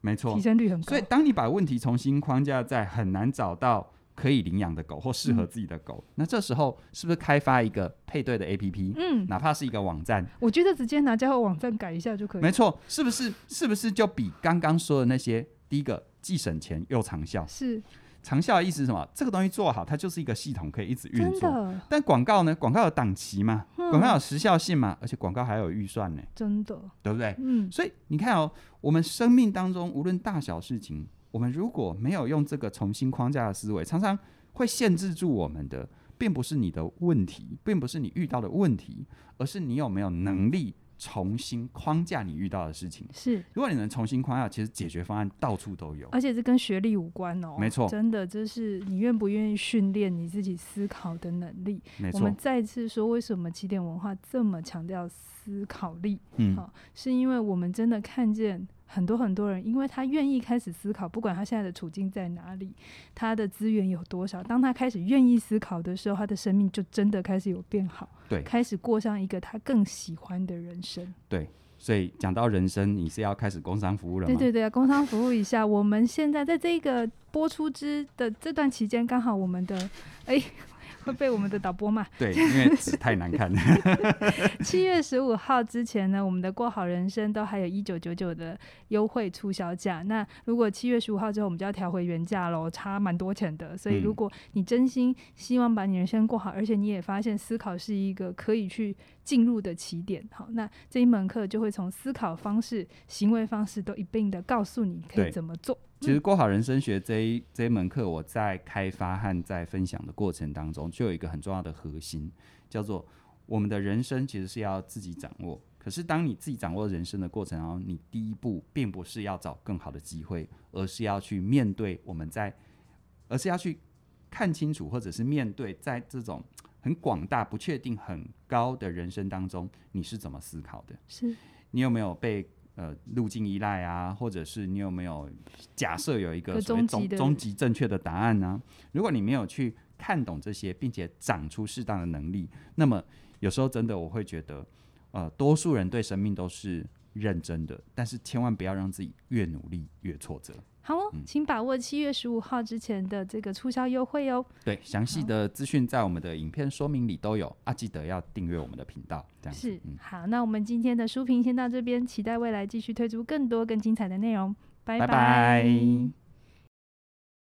Speaker 2: 没错
Speaker 1: 提，升率很高。
Speaker 2: 所以，当你把问题重新框架在很难找到可以领养的狗或适合自己的狗，那这时候是不是开发一个配对的 APP，、
Speaker 1: 嗯，
Speaker 2: 哪怕是一个网站？
Speaker 1: 我觉得直接拿交友网站改一下就可以
Speaker 2: 没。错，是不是？是不是就比刚刚说的那些，第一个既省钱又长效？
Speaker 1: 是
Speaker 2: 长效的意思是什么？这个东西做好，它就是一个系统可以一直运
Speaker 1: 真
Speaker 2: 作。
Speaker 1: 的，
Speaker 2: 但广告呢？广告有档期嘛，
Speaker 1: 嗯
Speaker 2: 广告有时效性嘛，而且广告还有预算呢，
Speaker 1: 真的，
Speaker 2: 对不对？
Speaker 1: 嗯，
Speaker 2: 所以你看哦，我们生命当中无论大小事情，我们如果没有用这个重新框架的思维，常常会限制住我们的，并不是你的问题，并不是你遇到的问题，而是你有没有能力重新框架你遇到的事情。
Speaker 1: 是，
Speaker 2: 如果你能重新框架，其实解决方案到处都有。
Speaker 1: 而且这跟学历无关哦。
Speaker 2: 没错
Speaker 1: 真的，就是你愿不愿意训练你自己思考的能力。
Speaker 2: 没
Speaker 1: 我
Speaker 2: 错
Speaker 1: 们，再次说，为什么起点文化这么强调思考力？
Speaker 2: 嗯
Speaker 1: 好，是因为我们真的看见很多很多人，因为他愿意开始思考，不管他现在的处境在哪里，他的资源有多少，当他开始愿意思考的时候，他的生命就真的开始有变好，
Speaker 2: 对
Speaker 1: 开始过上一个他更喜欢的人生。
Speaker 2: 对。所以讲到人生，你是要开始工商服务了吗？
Speaker 1: 对对对，工商服务一下，我们现在在这个播出之的这段期间，刚好我们的哎。 会被我们的导播骂。
Speaker 2: 对因为纸太难看了。
Speaker 1: 七月十五号之前呢，我们的过好人生都还有一九九九的优惠促销价。那如果七月十五号之后，我们就要调回原价喽，差蛮多钱的。所以
Speaker 2: 嗯
Speaker 1: 如果你真心希望把你人生过好，而且你也发现思考是一个可以去进入的起点。好，那这一门课就会从思考方式、行为方式都一并的告诉你可
Speaker 2: 对
Speaker 1: 以怎么做。
Speaker 2: 其实过好人生学这一这一门课，我在开发和在分享的过程当中，就有一个很重要的核心，叫做我们的人生其实是要自己掌握。可是当你自己掌握人生的过程当中，你第一步并不是要找更好的机会，而是要去面对我们在，而是要去看清楚，或者是面对在这种很广大、不确定很高的人生当中，你是怎么思考的。
Speaker 1: 是
Speaker 2: 你有没有被呃路径依赖啊，或者是你有没有假设有一个
Speaker 1: 可
Speaker 2: 所谓
Speaker 1: 终极
Speaker 2: 终
Speaker 1: 的
Speaker 2: 终极正确的答案呢、如果你没有去看懂这些，并且长出适当的能力，那么有时候真的我会觉得，呃，多数人对生命都是认真的，但是千万不要让自己越努力越挫折。
Speaker 1: 好哦，
Speaker 2: 嗯
Speaker 1: 请把握七月十五号之前的这个促销优惠哦。
Speaker 2: 对，详细
Speaker 1: 好
Speaker 2: 的资讯在我们的影片说明里都有啊，记得要订阅我们的频道，这样子
Speaker 1: 是
Speaker 2: 嗯，
Speaker 1: 好，那我们今天的书评先到这边，期待未来继续推出更多更精彩的内容。拜
Speaker 2: 拜拜